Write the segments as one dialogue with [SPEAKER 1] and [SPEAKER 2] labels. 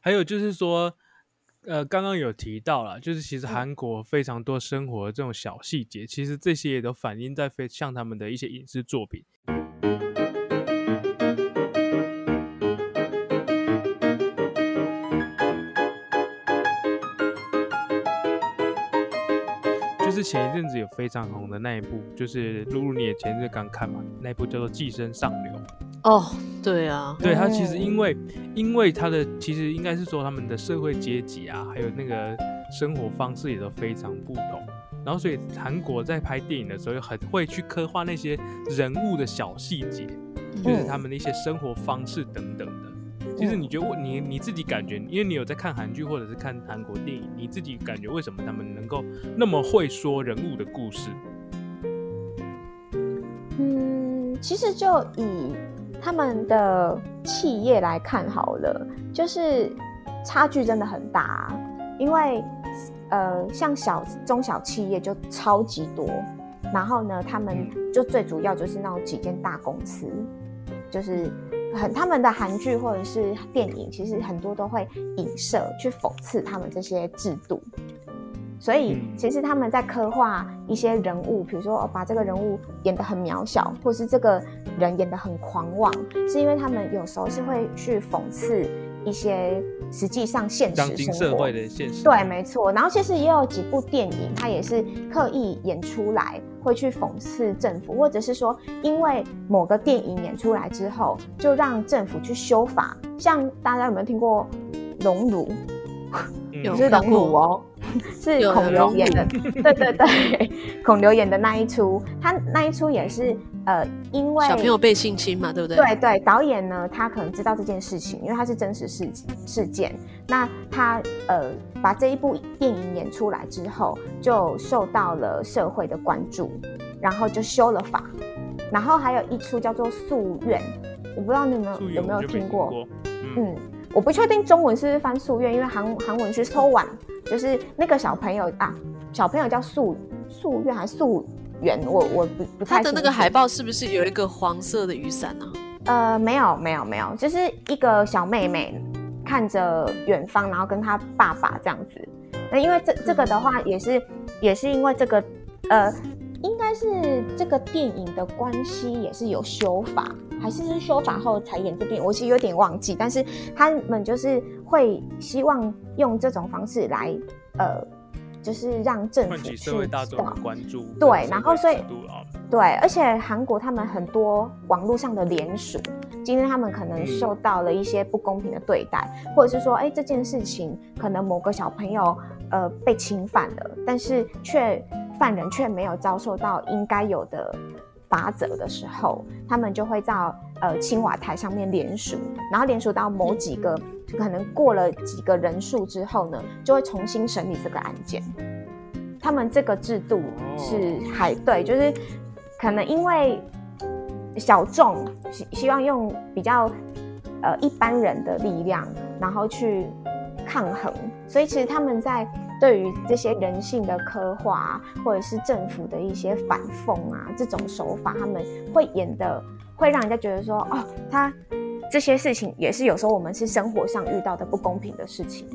[SPEAKER 1] 还有就是说，呃，刚刚有提到了，就是其实韩国非常多生活的这种小细节，其实这些也都反映在非像他们的一些影视作品。就是前一阵子有非常红的那一部，就是露露你也前阵子刚看嘛，那一部叫做《寄生上流》。
[SPEAKER 2] 哦，对啊，
[SPEAKER 1] 对他
[SPEAKER 3] 哦
[SPEAKER 1] 其实因为因为他的其实应该是说他们的社会阶级啊，还有那个生活方式也都非常不同，然后所以韩国在拍电影的时候又很会去刻画那些人物的小细节，就是
[SPEAKER 3] 嗯
[SPEAKER 1] 他们的一些生活方式等等的。其实你觉得我你你自己感觉，因为你有在看韩剧或者是看韩国电影，你自己感觉为什么他们能够那么会说人物的故事？
[SPEAKER 3] 嗯，其实就以他们的企业来看好了，就是差距真的很大、啊，因为呃，像小中小企业就超级多，然后呢，他们就最主要就是那种几间大公司，就是很他们的韩剧或者是电影，其实很多都会影射去讽刺他们这些制度。所以
[SPEAKER 1] 嗯
[SPEAKER 3] 其实他们在刻画一些人物，比如说、哦、把这个人物演得很渺小，或是这个人演得很狂妄，是因为他们有时候是会去讽刺一些实际上现
[SPEAKER 1] 当
[SPEAKER 3] 实
[SPEAKER 1] 今
[SPEAKER 3] 生
[SPEAKER 1] 社
[SPEAKER 3] 活
[SPEAKER 1] 会的现实
[SPEAKER 3] 对，没错。然后其实也有几部电影，它也是刻意演出来，会去讽刺政府，或者是说，因为某个电影演出来之后，就让政府去修法。像大家有没有听过《龙乳》？
[SPEAKER 1] 嗯
[SPEAKER 2] 有
[SPEAKER 3] 不是
[SPEAKER 2] 看
[SPEAKER 3] 龙乳
[SPEAKER 2] 过
[SPEAKER 3] 哦， 是
[SPEAKER 2] 有
[SPEAKER 3] 孔
[SPEAKER 2] 龙
[SPEAKER 3] 刘演的。对对对， 孔刘演的那一出，他那一出也是呃，因为
[SPEAKER 2] 小朋友被性侵嘛，对不对？
[SPEAKER 3] 对对，导演呢，他可能知道这件事情，因为他是真实事事件。那他呃，把这一部电影演出来之后，就受到了社会的关注，然后就修了法。然后还有一出叫做《夙愿》，我不知道你们
[SPEAKER 1] 素
[SPEAKER 3] 有
[SPEAKER 1] 媛
[SPEAKER 3] 没
[SPEAKER 1] 我
[SPEAKER 3] 有
[SPEAKER 1] 就没
[SPEAKER 3] 听
[SPEAKER 1] 听
[SPEAKER 3] 过。
[SPEAKER 1] 过，嗯，
[SPEAKER 3] 嗯，我不确定中文是不是翻夙愿，因为韩韩文是收碗，就是那个小朋友啊，小朋友叫夙夙愿还是夙元，我我不不太
[SPEAKER 2] 他的
[SPEAKER 3] 清
[SPEAKER 2] 那个
[SPEAKER 3] 楚
[SPEAKER 2] 海报是不是有一个黄色的雨伞啊呢、
[SPEAKER 3] 呃，没有，没有，没有，就是一个小妹妹看着远方，然后跟她爸爸这样子。那因
[SPEAKER 1] 嗯
[SPEAKER 3] 为这这个的话，也是也是因为这个，呃，应该是这个电影的关系，也是有修法，还是是修法后才演这电影，我其实有点忘记。但是他们就是会希望用这种方式来，呃，就是让政府
[SPEAKER 1] 唤起
[SPEAKER 3] 去
[SPEAKER 1] 社会大
[SPEAKER 3] 知
[SPEAKER 1] 众
[SPEAKER 3] 道
[SPEAKER 1] 的关注跟社
[SPEAKER 3] 对
[SPEAKER 1] 会
[SPEAKER 3] 然后所以
[SPEAKER 1] 尺度啊，
[SPEAKER 3] 对，而且韩国他们很多网络上的联署，今天他们可能
[SPEAKER 1] 嗯
[SPEAKER 3] 受到了一些不公平的对待，或者是说，哎，这件事情可能某个小朋友呃被侵犯了，但是却犯人却没有遭受到应该有的法则的时候，他们就会到呃青瓦台上面联署，然后联署到某几个可能过了几个人数之后呢，就会重新审理这个案件。他们这个制度是还对，就是可能因为小众希希望用比较呃一般人的力量，然后去抗衡，所以其实他们在对于这些人性的刻画、啊，或者是政府的一些反讽啊这种手法，他们会演的会让人家觉得说哦，他这些事情也是有时候我们是生活上遇到的不公平的事情。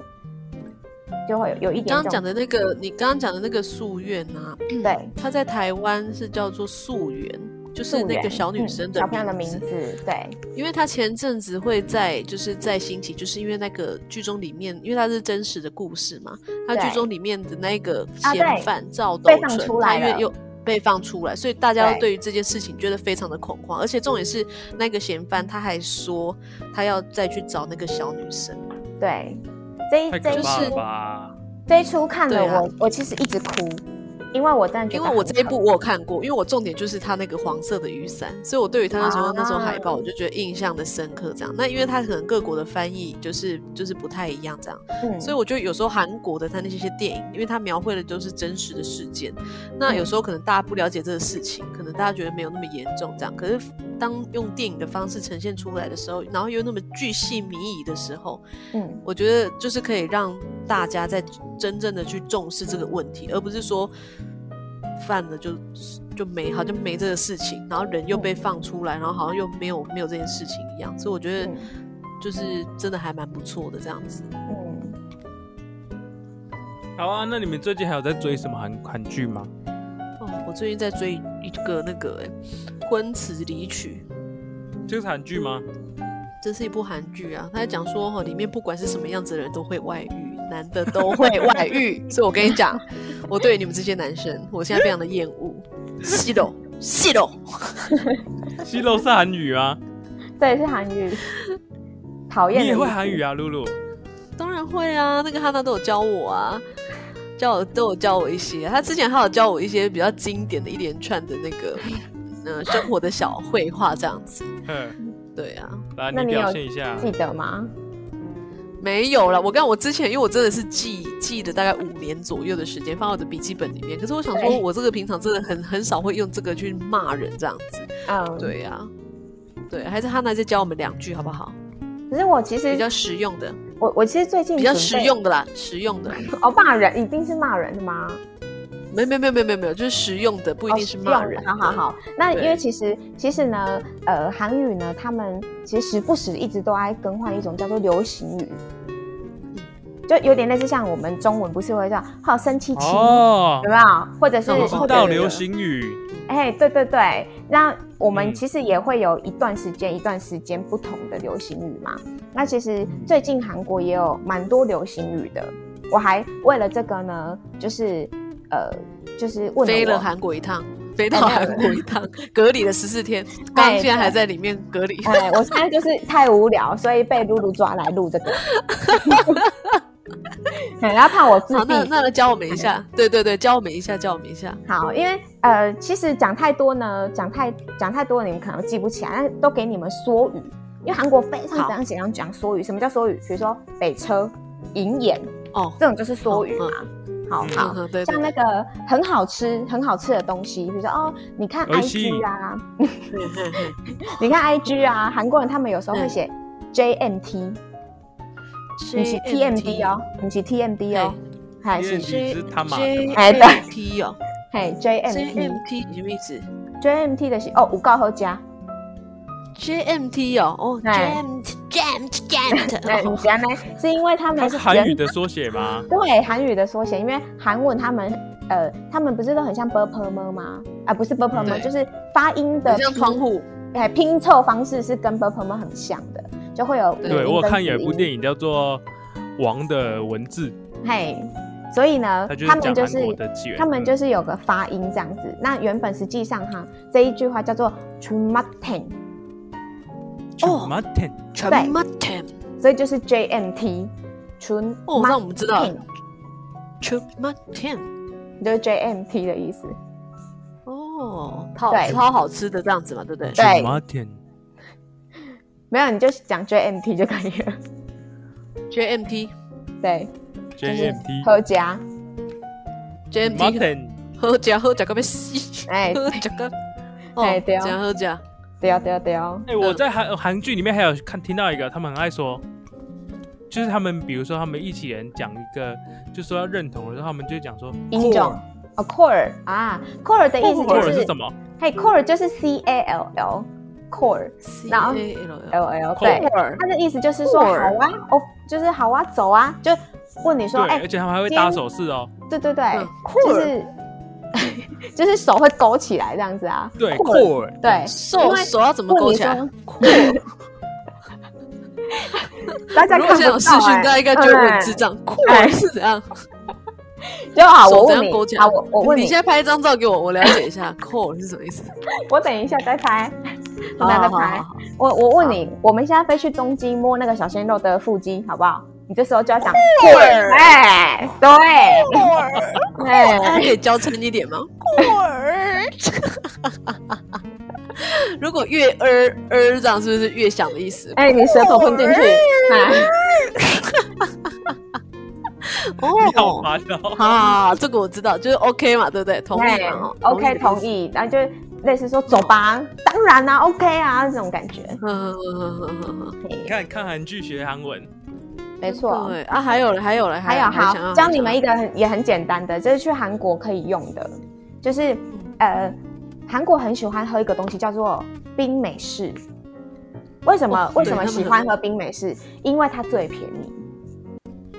[SPEAKER 3] 就会有有一点
[SPEAKER 2] 刚刚
[SPEAKER 3] 这种
[SPEAKER 2] 讲的那个，你刚刚讲的那个夙愿啊，
[SPEAKER 3] 对，
[SPEAKER 2] 它在台湾是叫做夙缘，就是
[SPEAKER 3] 素
[SPEAKER 2] 那个
[SPEAKER 3] 媛
[SPEAKER 2] 小女
[SPEAKER 3] 嗯
[SPEAKER 2] 生
[SPEAKER 3] 小朋友的名
[SPEAKER 2] 名
[SPEAKER 3] 字，对，
[SPEAKER 2] 因为他前阵子会在就是在兴起，就是因为那个剧中里面，因为它是真实的故事嘛，他
[SPEAKER 3] 对
[SPEAKER 2] 剧中里面的那个
[SPEAKER 3] 啊
[SPEAKER 2] 嫌
[SPEAKER 3] 对
[SPEAKER 2] 犯赵斗
[SPEAKER 3] 被放
[SPEAKER 2] 淳，
[SPEAKER 3] 出
[SPEAKER 2] 他
[SPEAKER 3] 来
[SPEAKER 2] 因为
[SPEAKER 3] 了
[SPEAKER 2] 又被放出来，所以大家
[SPEAKER 3] 对嗯
[SPEAKER 2] 对于这件事情觉得非常的恐慌，而且重点是那个嫌犯他还说他要再去找那个小女生，
[SPEAKER 3] 对，这一
[SPEAKER 1] 太
[SPEAKER 3] 这
[SPEAKER 1] 可
[SPEAKER 3] 一
[SPEAKER 1] 怕
[SPEAKER 3] 出
[SPEAKER 1] 了吧？
[SPEAKER 3] 这一出看了
[SPEAKER 2] 对啊
[SPEAKER 3] 我、我其实一直哭，因为我真的觉
[SPEAKER 2] 因
[SPEAKER 3] 得
[SPEAKER 2] 为我
[SPEAKER 3] 很
[SPEAKER 2] 这一
[SPEAKER 3] 可
[SPEAKER 2] 部我有看过，因为我重点就是他那个黄色的雨伞，所以我对于他那时候、
[SPEAKER 3] 啊
[SPEAKER 2] 那时候海报我就觉得印象的深刻，这样，那因为他可能各国的翻译就是就是不太一样这样。
[SPEAKER 3] 嗯
[SPEAKER 2] 所以我觉得有时候韩国的他那些电影，因为它描绘的都是真实的事件，那有时候可能大家不了解这个事情，可能大家觉得没有那么严重这样。可是当用电影的方式呈现出来的时候，然后又那么巨细靡遗的时候，
[SPEAKER 3] 嗯
[SPEAKER 2] 我觉得就是可以让大家在真正的去重视这个问题，而不是说犯了就就没好像没这个事情，然后人又被放出来，然后好像又没有没有这件事情一样。所以我觉得
[SPEAKER 3] 嗯
[SPEAKER 2] 就是真的还蛮不错的这样子。
[SPEAKER 3] 嗯，
[SPEAKER 1] 好啊，那你们最近还有在追什么韩韩剧吗？
[SPEAKER 2] 哦，我最近在追一个那个、欸《婚词离曲》，
[SPEAKER 1] 这是韩剧吗？
[SPEAKER 3] 嗯
[SPEAKER 2] 这是一部韩剧啊，他在讲说哈、哦，里面不管是什么样子的人都会外遇，男的都会外遇， 所以我跟你讲，我对你们这些男生，我现在非常的厌恶，西喽西喽，
[SPEAKER 1] 西楼是韩语啊，
[SPEAKER 3] 对，是韩语， 讨厌
[SPEAKER 1] 你
[SPEAKER 3] 的
[SPEAKER 1] 也会
[SPEAKER 3] 意思
[SPEAKER 1] 韩语啊，露露。
[SPEAKER 2] 当然会啊，那个哈娜都有教我啊，教我都有教我一些，他之前还有教我一些比较经典的一连串的那个，呃，生活的小绘画这样子，
[SPEAKER 1] 嗯，
[SPEAKER 2] 对啊，
[SPEAKER 1] 来，
[SPEAKER 3] 那
[SPEAKER 1] 你
[SPEAKER 3] 你
[SPEAKER 1] 表
[SPEAKER 3] 有
[SPEAKER 1] 现一下。
[SPEAKER 3] 记得吗？
[SPEAKER 2] 没有了，我刚我之前因为我真的是记记了大概五年左右的时间放到我的笔记本里面，可是我想说，
[SPEAKER 3] 对
[SPEAKER 2] 我这个平常真的很很少会用这个去骂人这样子。
[SPEAKER 3] 嗯，。
[SPEAKER 2] 对呀、啊，对，还是汉娜再教我们两句好不好？
[SPEAKER 3] 可是我其实
[SPEAKER 2] 比较实用的，
[SPEAKER 3] 我我其实最近
[SPEAKER 2] 比较
[SPEAKER 3] 嗯准
[SPEAKER 2] 实
[SPEAKER 3] 备
[SPEAKER 2] 用的啦，实用的。
[SPEAKER 3] 哦，骂人一定是骂人的吗？
[SPEAKER 2] 没没没没没没有，就是实用的，不一
[SPEAKER 3] 哦
[SPEAKER 2] 定是
[SPEAKER 3] 实
[SPEAKER 2] 骂
[SPEAKER 3] 用
[SPEAKER 2] 人的。
[SPEAKER 3] 好好好，那因为
[SPEAKER 2] 对
[SPEAKER 3] 其实其实呢，呃，韩语呢，他们其实时不时一直都在更换一种叫做流行语，就有点类似像我们中文不是会叫“好生气气”，
[SPEAKER 1] 哦
[SPEAKER 3] 有，没有？或者是
[SPEAKER 2] 那
[SPEAKER 1] 我
[SPEAKER 2] 我
[SPEAKER 1] 知
[SPEAKER 3] 或
[SPEAKER 1] 道
[SPEAKER 3] 者
[SPEAKER 1] 流行语，
[SPEAKER 3] 哎，对对对，那我
[SPEAKER 1] 嗯
[SPEAKER 3] 们其实也会有一段时间、一段时间不同的流行语嘛。那其实
[SPEAKER 1] 嗯
[SPEAKER 3] 最近韩国也有蛮多流行语的，我还为了这个呢，就是呃，就是问
[SPEAKER 2] 飞了
[SPEAKER 3] 我
[SPEAKER 2] 韩国一趟，飞到韩国一 趟，隔离了十四天，刚
[SPEAKER 3] 哎
[SPEAKER 2] 竟然还
[SPEAKER 3] 对
[SPEAKER 2] 在里面隔 离。
[SPEAKER 3] 哎，我现在就是太无聊，所以被露露抓来录这个。 哎然后怕我自
[SPEAKER 2] 好，
[SPEAKER 3] 闭。
[SPEAKER 2] 那那教我们一下，对对对，教我们一下，教我们一下。
[SPEAKER 3] 好，因为呃，其实讲太多呢，讲太讲太多，你们可能记不起来，但是都给你们缩语。因为韩国非常
[SPEAKER 2] 好
[SPEAKER 3] 非常喜欢讲缩语，什么叫缩语？比如说北车、银眼，
[SPEAKER 2] 哦，
[SPEAKER 3] 这种就是缩语嘛。好
[SPEAKER 1] 嗯
[SPEAKER 3] 好，
[SPEAKER 2] 嗯，对对
[SPEAKER 3] 像那
[SPEAKER 2] 对，
[SPEAKER 3] 个很好吃、很好吃的东西，比如说哦，你看
[SPEAKER 1] 美味しい
[SPEAKER 3] IG 啊，
[SPEAKER 2] 嘿嘿嘿
[SPEAKER 3] 你看 IG 啊，韩国人他们有时候会写 JMT，你是 TMD 哦，你是 TMD 哦，还
[SPEAKER 1] 因为
[SPEAKER 3] 是
[SPEAKER 1] 你是他妈的
[SPEAKER 2] J
[SPEAKER 1] 嘛，
[SPEAKER 3] 哎对哎嗯
[SPEAKER 2] T 哦
[SPEAKER 3] 嘿 JMT
[SPEAKER 2] ，JMT 什么意思
[SPEAKER 3] JMT 的是哦，五告 和加，
[SPEAKER 2] ？JMT 哦，哦
[SPEAKER 3] 哎
[SPEAKER 2] ，JMT JMT JMT，
[SPEAKER 3] 那
[SPEAKER 2] 哦
[SPEAKER 3] 你讲呢？是因为他
[SPEAKER 1] 它
[SPEAKER 3] 们
[SPEAKER 1] 是韩语
[SPEAKER 3] 人
[SPEAKER 1] 的缩写吗？
[SPEAKER 3] 对韩语的缩写，因为韩文他们呃，他们不是都很像 b u r p e m 吗？啊，不是 b u r p e m
[SPEAKER 2] 对
[SPEAKER 3] 就是发音的
[SPEAKER 2] 很像窗户，
[SPEAKER 3] 哎拼凑方式是跟 b u r p e m 很像的，就会有
[SPEAKER 2] 对
[SPEAKER 1] 对，我有看有一部
[SPEAKER 3] 影，
[SPEAKER 1] 电影叫做《王的文字》，
[SPEAKER 3] 嘿，所以呢
[SPEAKER 1] 它，就是
[SPEAKER 3] 他
[SPEAKER 1] 讲
[SPEAKER 3] 们就
[SPEAKER 1] 韩
[SPEAKER 3] 是
[SPEAKER 1] 国的起源。嗯
[SPEAKER 3] 他们就是是有个发音这样子。那原本实际上哈，这一句话叫做 chumaten，
[SPEAKER 2] 哦
[SPEAKER 1] m a t e n
[SPEAKER 2] 全 m a t e m
[SPEAKER 3] 所以就是 JMT chun，
[SPEAKER 2] 哦那我们知道
[SPEAKER 3] maten，
[SPEAKER 2] 全 m a t e m
[SPEAKER 3] 就是 JMT 的意思。
[SPEAKER 2] 哦，超
[SPEAKER 3] 对
[SPEAKER 2] 超好吃的这样子嘛，对不对？
[SPEAKER 3] 对
[SPEAKER 1] m a t e n
[SPEAKER 3] 没有，你就讲 JMT 就可以了。
[SPEAKER 2] ，JMT
[SPEAKER 3] 对，就是
[SPEAKER 1] JMT
[SPEAKER 3] 合家，
[SPEAKER 1] m a t
[SPEAKER 2] JMT，
[SPEAKER 1] e n
[SPEAKER 2] 喝假喝假个被吸，
[SPEAKER 3] 哎
[SPEAKER 2] 喝假个，
[SPEAKER 3] 哎对哦
[SPEAKER 2] 怎样喝假？
[SPEAKER 3] 对哦，对哦，对哦。
[SPEAKER 1] 哎、我在韩韩剧里面还有看听到一个，他们很爱说，就是他们比如说他们一起人讲一个，就说要认同的时候，他们就讲说
[SPEAKER 3] 英种哦 core 啊，core 的意
[SPEAKER 2] 哦
[SPEAKER 3] 思
[SPEAKER 1] core
[SPEAKER 3] 就是
[SPEAKER 1] 什么
[SPEAKER 3] 嘿，core 就是 C A L L core
[SPEAKER 2] C
[SPEAKER 3] 然后
[SPEAKER 2] A L L
[SPEAKER 3] L L 对，
[SPEAKER 2] Core
[SPEAKER 3] 它的意思就是说
[SPEAKER 2] Core
[SPEAKER 3] 好啊，哦，就是好啊，走啊，就问你说，
[SPEAKER 1] 对，
[SPEAKER 3] 哎
[SPEAKER 1] 而，且他们还会
[SPEAKER 3] 今天
[SPEAKER 1] 搭手势哦，
[SPEAKER 3] 对对对
[SPEAKER 2] 嗯，
[SPEAKER 3] 就是 就是手会勾起来这样子啊，
[SPEAKER 1] 对
[SPEAKER 3] core
[SPEAKER 1] core，
[SPEAKER 3] 对，因
[SPEAKER 2] 手
[SPEAKER 3] 为
[SPEAKER 2] 手要怎么
[SPEAKER 3] 问
[SPEAKER 2] 勾
[SPEAKER 3] 你
[SPEAKER 2] 起来？
[SPEAKER 3] 说
[SPEAKER 2] 酷
[SPEAKER 3] 大家
[SPEAKER 2] 如果
[SPEAKER 3] 看
[SPEAKER 2] 现在有
[SPEAKER 3] 不
[SPEAKER 2] 视
[SPEAKER 3] 到
[SPEAKER 2] 讯，
[SPEAKER 3] 哎
[SPEAKER 2] 大家应该觉得我
[SPEAKER 3] 哎
[SPEAKER 2] 智障。酷哦
[SPEAKER 3] 哎
[SPEAKER 2] 是怎样？
[SPEAKER 3] 就 好，
[SPEAKER 2] 手
[SPEAKER 3] 我
[SPEAKER 2] 怎
[SPEAKER 3] 问
[SPEAKER 2] 样
[SPEAKER 3] 你
[SPEAKER 2] 勾起来
[SPEAKER 3] 啊，我我问
[SPEAKER 2] 你
[SPEAKER 3] 你
[SPEAKER 2] 现，在拍一张照给我，我了解一下酷哦是什么 意思？
[SPEAKER 3] 我等一下再拍，
[SPEAKER 2] 嗯好
[SPEAKER 3] 等一下再
[SPEAKER 2] 好好
[SPEAKER 3] 拍
[SPEAKER 2] 好。
[SPEAKER 3] 我我问你，我们现在飞去东京摸那个小鲜肉的腹肌，好不好？你这时候就要讲酷儿，哎，对，
[SPEAKER 2] 大
[SPEAKER 3] 哎，
[SPEAKER 2] 家可以娇嗔一点 吗？酷儿。如果越儿儿这样，是不是越想的意思？
[SPEAKER 3] 哎，你舌头吞进去，哎，
[SPEAKER 1] 你好
[SPEAKER 2] 哦，
[SPEAKER 1] 烦哦，
[SPEAKER 2] 啊，这个我知道，就是 OK 嘛，对不对？同意
[SPEAKER 3] 哎
[SPEAKER 2] 嘛哈
[SPEAKER 3] ，OK，
[SPEAKER 2] 意
[SPEAKER 3] 同。
[SPEAKER 2] 的意思
[SPEAKER 3] 意，然后就类似说走吧，当然啦，OK 啊，这种感觉，
[SPEAKER 2] 嗯嗯嗯嗯嗯嗯
[SPEAKER 1] 你看看韩剧学韩文，
[SPEAKER 3] 没
[SPEAKER 2] 嗯，
[SPEAKER 3] 错。
[SPEAKER 2] 对啊，还有了，还有了，
[SPEAKER 3] 还有
[SPEAKER 2] 还想
[SPEAKER 3] 好，
[SPEAKER 2] 要
[SPEAKER 3] 教你们一
[SPEAKER 2] 个
[SPEAKER 3] 个很也很简单的，这是去韩国可以用的，就是呃，韩国很喜欢喝一个东西叫做冰美式，为什么
[SPEAKER 2] 哦
[SPEAKER 3] 为什么
[SPEAKER 2] 对他们
[SPEAKER 3] 喜
[SPEAKER 2] 很
[SPEAKER 3] 欢喝冰美式？因为它最便宜。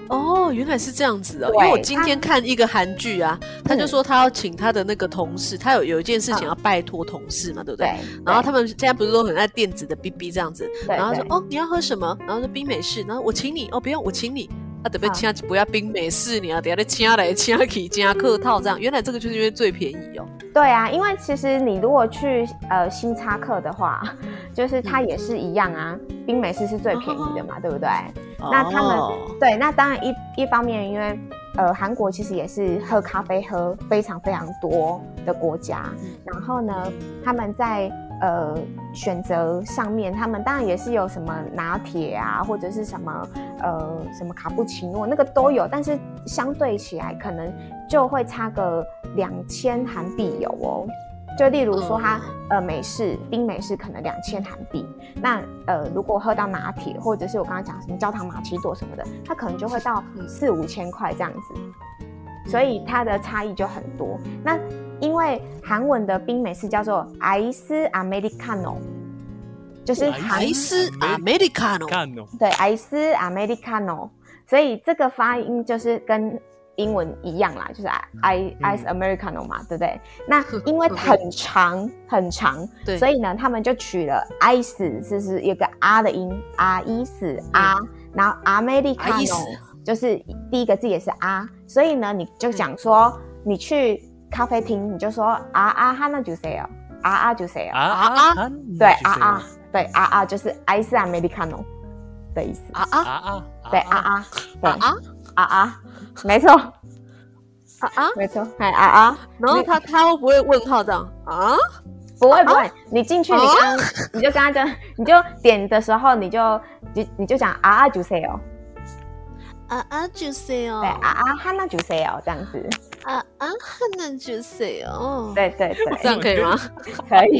[SPEAKER 2] 哦，原来是这样子哦。因为我
[SPEAKER 3] 对
[SPEAKER 2] 今
[SPEAKER 3] 他
[SPEAKER 2] 天看一个韩剧啊，他就
[SPEAKER 3] 嗯
[SPEAKER 2] 说他要请他的那个同事，他有有一件事情
[SPEAKER 3] 嗯
[SPEAKER 2] 要拜托同事嘛，对不
[SPEAKER 3] 对
[SPEAKER 2] 对？，然后他们现在不是都很爱电子的 BB 这样子，
[SPEAKER 3] 对
[SPEAKER 2] 然后
[SPEAKER 3] 对
[SPEAKER 2] 说哦你要喝什么？然后说冰美式，然后我请你哦不用我请你，啊得被
[SPEAKER 3] 啊
[SPEAKER 2] 请不要冰美式，啊你要等下再请来请去请客套这样。原来这个就是因为最便宜哦，
[SPEAKER 3] 对啊，因为其实你如果去呃星巴克的话， 就是它
[SPEAKER 2] 嗯
[SPEAKER 3] 也是一样啊，冰美式是最便宜的嘛，对不对？那他们
[SPEAKER 2] 哦
[SPEAKER 3] 对，那当然一一方面，因为呃，韩国其实也是喝咖啡喝非常非常多的国家，
[SPEAKER 2] 嗯
[SPEAKER 3] 然后呢，他们在呃选择上面，他们当然也是有什么拿铁啊，或者是什么呃什么卡布奇诺，那个都有，但是相对起来，可能就会差个两千韩币有哦。就例如说它、呃美式冰美式可能两千韩币，那呃，如果喝到拿铁，或者是我刚刚讲什么焦糖玛奇朵什么的，它可能就会到
[SPEAKER 2] 嗯
[SPEAKER 3] 四五千块这样子，所以它的差异就很多。那因为韩文的冰美式叫做 ice americano，就是
[SPEAKER 2] 哦
[SPEAKER 3] 韩
[SPEAKER 2] 还是
[SPEAKER 3] 嗯
[SPEAKER 2] Americano
[SPEAKER 1] 干哦，
[SPEAKER 3] 对 ice americano，所以这个发音就是跟英文一样啦，就是
[SPEAKER 2] 嗯
[SPEAKER 3] i i ice americano 嘛，对 不对？那因为很长很长，
[SPEAKER 2] 对，
[SPEAKER 3] 所以呢，他们就取了 ice，就是有个 r 的音，r ice r，然后 americano
[SPEAKER 2] ice
[SPEAKER 3] 就是第一个字也是 r，所以呢，你就讲说你去咖啡厅，你就说啊啊哈那就 say 哦，啊啊就 say
[SPEAKER 1] 啊
[SPEAKER 3] 哦，
[SPEAKER 1] 啊啊，
[SPEAKER 3] 对啊啊，对啊啊就是 ice americano 的意思，
[SPEAKER 2] 啊
[SPEAKER 1] 啊
[SPEAKER 2] 啊
[SPEAKER 1] 啊，
[SPEAKER 3] 对啊啊对
[SPEAKER 2] 啊啊
[SPEAKER 3] 啊啊，没错
[SPEAKER 2] 啊啊，
[SPEAKER 3] 没错，哎啊啊。
[SPEAKER 2] 然后他他会不会问号这样啊？
[SPEAKER 3] 不会不会，你进去你
[SPEAKER 2] 啊
[SPEAKER 3] 刚、你就跟他讲，你就点的时候你就你你就讲啊啊主 say 哦，
[SPEAKER 2] 啊啊就是哦，
[SPEAKER 3] 对啊啊哈那主 say 哦这样子，
[SPEAKER 2] 啊啊那就是哦，
[SPEAKER 3] 对对
[SPEAKER 2] 这
[SPEAKER 3] 对，
[SPEAKER 2] 样可以吗？
[SPEAKER 3] 可以，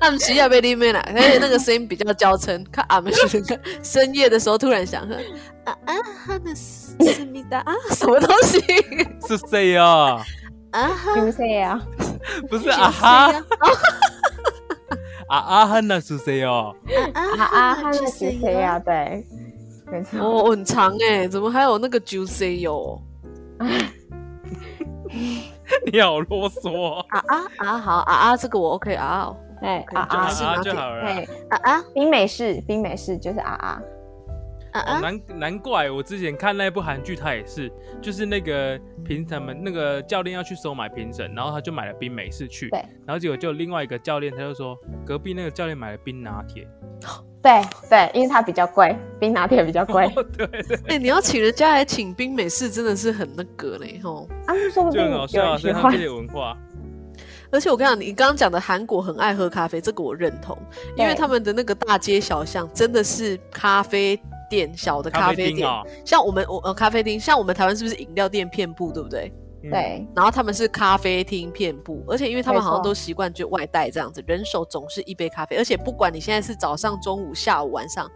[SPEAKER 2] 暗时啊被里 面啦，而且那个声音比较娇嗔，看俺们是 深夜的时候突然想喝啊啊哈那思密达 啊什么东西
[SPEAKER 1] 是谁啊？
[SPEAKER 2] 啊哈
[SPEAKER 3] 主 say 哦，
[SPEAKER 1] 不是啊哈啊啊哈，那是谁啊？
[SPEAKER 3] 啊啊哈那主 say
[SPEAKER 2] 啊
[SPEAKER 3] 哦，对，没错，
[SPEAKER 2] 哦很长哎、怎么还有那个 juicy 哟
[SPEAKER 1] 你好啰嗦哦，
[SPEAKER 2] 啊啊啊好啊啊这个我 OK 啊
[SPEAKER 3] 哎啊
[SPEAKER 1] 就
[SPEAKER 3] 啊
[SPEAKER 1] 啊
[SPEAKER 2] 是
[SPEAKER 1] 啊
[SPEAKER 2] 拿
[SPEAKER 1] 就
[SPEAKER 2] 铁
[SPEAKER 1] 好了啦。
[SPEAKER 3] 对，
[SPEAKER 2] 啊啊
[SPEAKER 3] 冰美式冰美式就是啊啊，
[SPEAKER 2] 啊
[SPEAKER 1] 哦，
[SPEAKER 2] 啊
[SPEAKER 1] 难难怪我之前看那部韩剧，他也是，就是那个评审们，那个教练要去收买评审，然后他就买了冰美式去，
[SPEAKER 3] 对
[SPEAKER 1] 然后结果就另外一个教练他就说，隔壁那个教练买了冰拿 铁，，
[SPEAKER 3] 对对，因为它比较贵，冰拿铁比较贵
[SPEAKER 1] 对对，
[SPEAKER 2] 哎、你要请人家来请冰美式真的是很那个嘞吼。
[SPEAKER 3] 啊，说不
[SPEAKER 1] 就
[SPEAKER 3] 定
[SPEAKER 1] 很好
[SPEAKER 3] 有
[SPEAKER 1] 笑啊，
[SPEAKER 3] 人
[SPEAKER 1] 所以
[SPEAKER 3] 喜
[SPEAKER 1] 他们
[SPEAKER 3] 欢
[SPEAKER 1] 这，里文 化，
[SPEAKER 2] 而且我跟你讲，你刚刚讲的韩国很爱喝咖啡，这个我认同，因为
[SPEAKER 3] 对
[SPEAKER 2] 他们的那个大街小巷真的是咖啡店小的咖
[SPEAKER 1] 咖
[SPEAKER 2] 啡
[SPEAKER 1] 啡
[SPEAKER 2] 店，
[SPEAKER 3] 啊
[SPEAKER 1] 厅哦，
[SPEAKER 2] 像我们我呃咖啡厅，像我们台湾是不是饮料店遍布，对不对？
[SPEAKER 1] 嗯，
[SPEAKER 3] 对
[SPEAKER 2] 然后他们是咖啡厅遍布，而且因为他们
[SPEAKER 3] 没错
[SPEAKER 2] 好像都习惯就外带这样子，人手总是一杯咖啡，而且不管你现在是早上、中午、下午、晚上，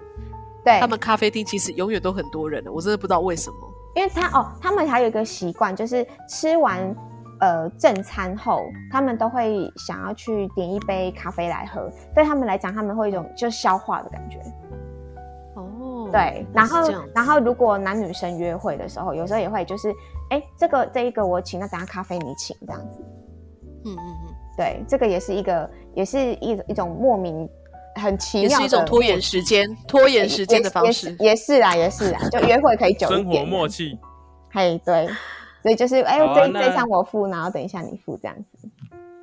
[SPEAKER 3] 对
[SPEAKER 2] 他，们咖啡厅其实永远都很多人的，我真的不知道为什么。
[SPEAKER 3] 因为他哦，他们还有一个习惯，就是吃完呃正餐后，他们都会想要去点一杯咖啡来喝。对他们来讲，他们会有一种就消化的感觉。
[SPEAKER 2] 哦，
[SPEAKER 3] 对，然
[SPEAKER 2] 是
[SPEAKER 3] 后
[SPEAKER 2] 这样
[SPEAKER 3] 然后如果男女生约会的时候，有时候也会就是，哎，这个这一个我请，那等下咖啡你请这样子。
[SPEAKER 2] 嗯嗯嗯，
[SPEAKER 3] 对，这个也是一个，也是一一种莫名很奇
[SPEAKER 2] 也
[SPEAKER 3] 妙
[SPEAKER 2] 是
[SPEAKER 3] 的
[SPEAKER 2] 一种拖延时间、拖延时间的方
[SPEAKER 3] 也
[SPEAKER 2] 式
[SPEAKER 3] 是。也是也是啊，也是啊，就约会可以久一点
[SPEAKER 1] 生
[SPEAKER 3] 啊。
[SPEAKER 1] 活默契，
[SPEAKER 3] 嘿，对，所以就是哎、
[SPEAKER 1] 好啊
[SPEAKER 3] 这
[SPEAKER 1] 那
[SPEAKER 3] 这一项我付，然后等一下你付这样子。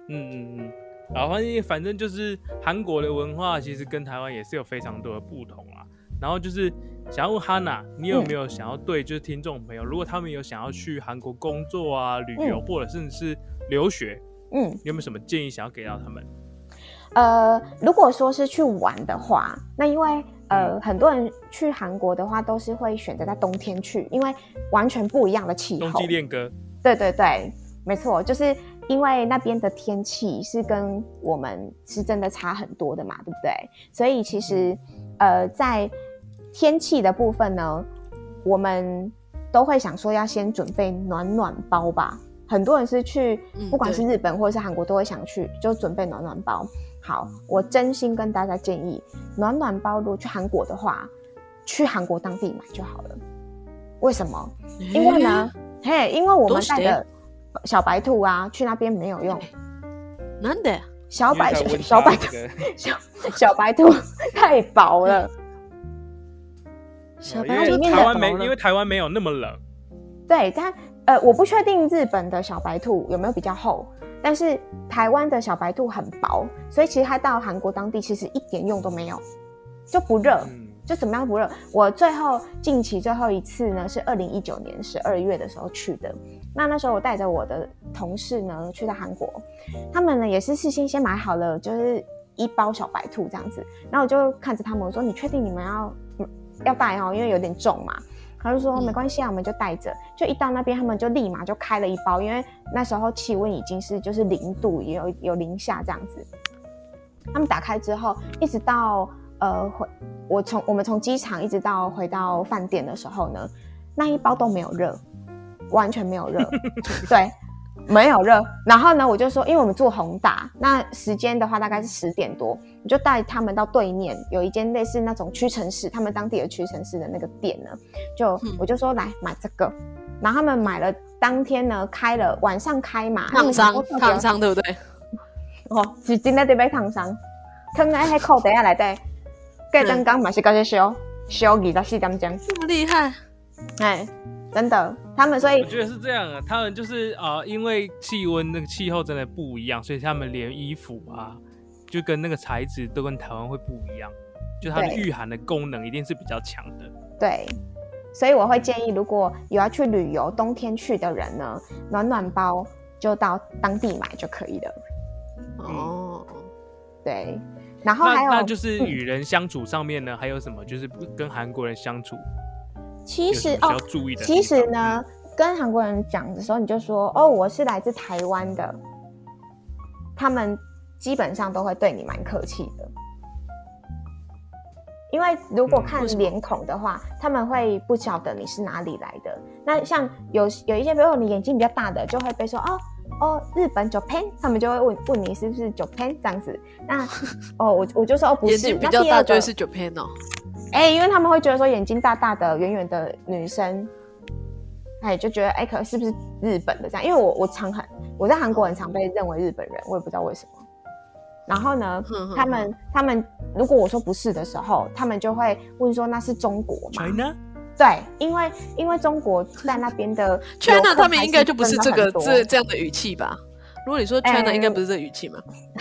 [SPEAKER 1] 嗯嗯嗯。然后反正反正就是韩国的文化，其实跟台湾也是有非常多的不同啦。然后就是想要问 Hanna，你有没有想要对就是听众朋友，如果他们有想要去韩国工作啊、旅游，或者甚至是留学，
[SPEAKER 3] 嗯，
[SPEAKER 1] 你有没有什么建议想要给到他们？
[SPEAKER 3] 呃，如果说是去玩的话，那因为
[SPEAKER 1] 嗯
[SPEAKER 3] 呃很多人去韩国的话都是会选择在冬天去，因为完全不一样的气
[SPEAKER 1] 冬
[SPEAKER 3] 候
[SPEAKER 1] 季。恋歌，
[SPEAKER 3] 对对对，没错，就是因为那边的天气是跟我们是真的差很多的嘛，对不对？所以其实
[SPEAKER 2] 嗯
[SPEAKER 3] 呃，在天气的部分呢，我们都会想说要先准备暖暖包吧，很多人是去
[SPEAKER 2] 嗯，
[SPEAKER 3] 不管
[SPEAKER 2] 对
[SPEAKER 3] 是日本或者是韩国，都会想去，就准备暖暖包。好，我真心跟大家建议，暖暖包如果去韩国的话，去韩国当地买就好了。为什么？因
[SPEAKER 2] 嗯
[SPEAKER 3] 为呢，嘿，因为我
[SPEAKER 2] どう
[SPEAKER 3] 们
[SPEAKER 2] して
[SPEAKER 3] 带的小白兔啊，去那边没有用。
[SPEAKER 2] 诶，なんで？
[SPEAKER 3] 小白
[SPEAKER 1] 因为在温
[SPEAKER 3] 小
[SPEAKER 1] 莎
[SPEAKER 3] 白
[SPEAKER 1] 这
[SPEAKER 3] 兔
[SPEAKER 1] 个
[SPEAKER 3] 小小白兔 太薄了，
[SPEAKER 2] 小
[SPEAKER 1] 哦因
[SPEAKER 2] 白
[SPEAKER 3] 兔
[SPEAKER 1] 为
[SPEAKER 3] 里面
[SPEAKER 1] 台
[SPEAKER 3] 的
[SPEAKER 1] 湾没，
[SPEAKER 2] 薄了
[SPEAKER 1] 因为台湾没有那么冷，
[SPEAKER 3] 对，但呃，我不确定日本的小白兔有没有比较厚，但是台湾的小白兔很薄，所以其实它到韩国当地其实一点用都没有，就不热。
[SPEAKER 1] 嗯，
[SPEAKER 3] 就怎么样不热？我最后近期最后一次呢是二零一九年十二月的时候去的。那那时候我带着我的同事呢去到韩国，他们呢也是事先先买好了，就是一包小白兔这样子。然后我就看着他们我说：“你确定你们要嗯要带哦？因为有点重嘛。”他就说
[SPEAKER 2] 嗯
[SPEAKER 3] 没关系啊，我们就带着。就一到那边，他们就立马就开了一包，因为那时候气温已经是就是零度，也有有零下这样子。他们打开之后，一直到呃回我从我们从机场一直到回到饭店的时候呢，那一包都没有热，完全没 有热，对，没有热。然后呢，我就说，因为我们住宏大，那时间的话大概是十点多，我就带他们到对面有一间类似那种屈臣氏，他们当地的屈臣氏的那个店呢，就
[SPEAKER 2] 嗯
[SPEAKER 3] 我就说来买这个，然后他们买了，当天呢开了，晚上开嘛，
[SPEAKER 2] 烫伤
[SPEAKER 3] 那你想说，
[SPEAKER 2] 烫伤对不对？
[SPEAKER 3] 哦，是真的得被烫伤，烫在迄裤袋啊内底，隔天刚嘛是到这烧烧二十四点钟，
[SPEAKER 2] 这么厉害，
[SPEAKER 3] 哎，真的，他们所以
[SPEAKER 1] 我觉得是这样啊，他们就是啊、呃因为气温那个气候真的不一样，所以他们连衣服啊，就跟那个材质都跟台湾会不一样，就它们
[SPEAKER 3] 对
[SPEAKER 1] 御寒的功能一定是比较强的。
[SPEAKER 3] 对，所以我会建议，如果有要去旅游冬天去的人呢，暖暖包就到当地买就可以了。
[SPEAKER 1] 嗯
[SPEAKER 2] 哦，
[SPEAKER 3] 对，然后
[SPEAKER 1] 那
[SPEAKER 3] 还有嗯
[SPEAKER 1] 那就是与人相处上面呢，还有什么就是不跟韩国人相处
[SPEAKER 3] 其
[SPEAKER 1] 有
[SPEAKER 3] 实
[SPEAKER 1] 什么比
[SPEAKER 3] 哦
[SPEAKER 1] 较，注意的地方？
[SPEAKER 3] 其实呢，跟韩国人讲的时候，你就说哦，我是来自台湾的，他们基本上都会对你蛮客气的。因为如果
[SPEAKER 1] 嗯
[SPEAKER 3] 看
[SPEAKER 2] 为什么
[SPEAKER 3] 脸孔的话，他们会不晓得你是哪里来的。那像有有一些，比如说你眼睛比较大的，就会被说哦哦，日本 Japan，他们就会问问你是不是 Japan 这样子。那哦，我我就说哦不是，
[SPEAKER 2] 眼睛比
[SPEAKER 3] 那
[SPEAKER 2] 较
[SPEAKER 3] 第二
[SPEAKER 2] 大，觉
[SPEAKER 3] 个
[SPEAKER 2] 得是 Japan 哦。
[SPEAKER 3] 哎、因为他们会觉得说眼睛大大的、圆圆的女生，哎，就觉得哎，可是不是日本的这样？因为我我常很我在韩国很常被认为日本人，我也不知道为什么。然后呢
[SPEAKER 2] 哼哼，
[SPEAKER 3] 他们他们如果我说不是的时候，他们就会问说那是中国吗？
[SPEAKER 1] China
[SPEAKER 3] 对，因为因为中国在那边的游客
[SPEAKER 2] China 他们应该就不是
[SPEAKER 3] 还
[SPEAKER 2] 这
[SPEAKER 3] 真的
[SPEAKER 2] 个
[SPEAKER 3] 很多
[SPEAKER 2] 这这样的语气吧？如果你说 China，
[SPEAKER 3] 哎
[SPEAKER 2] 应该不是这个语气嘛？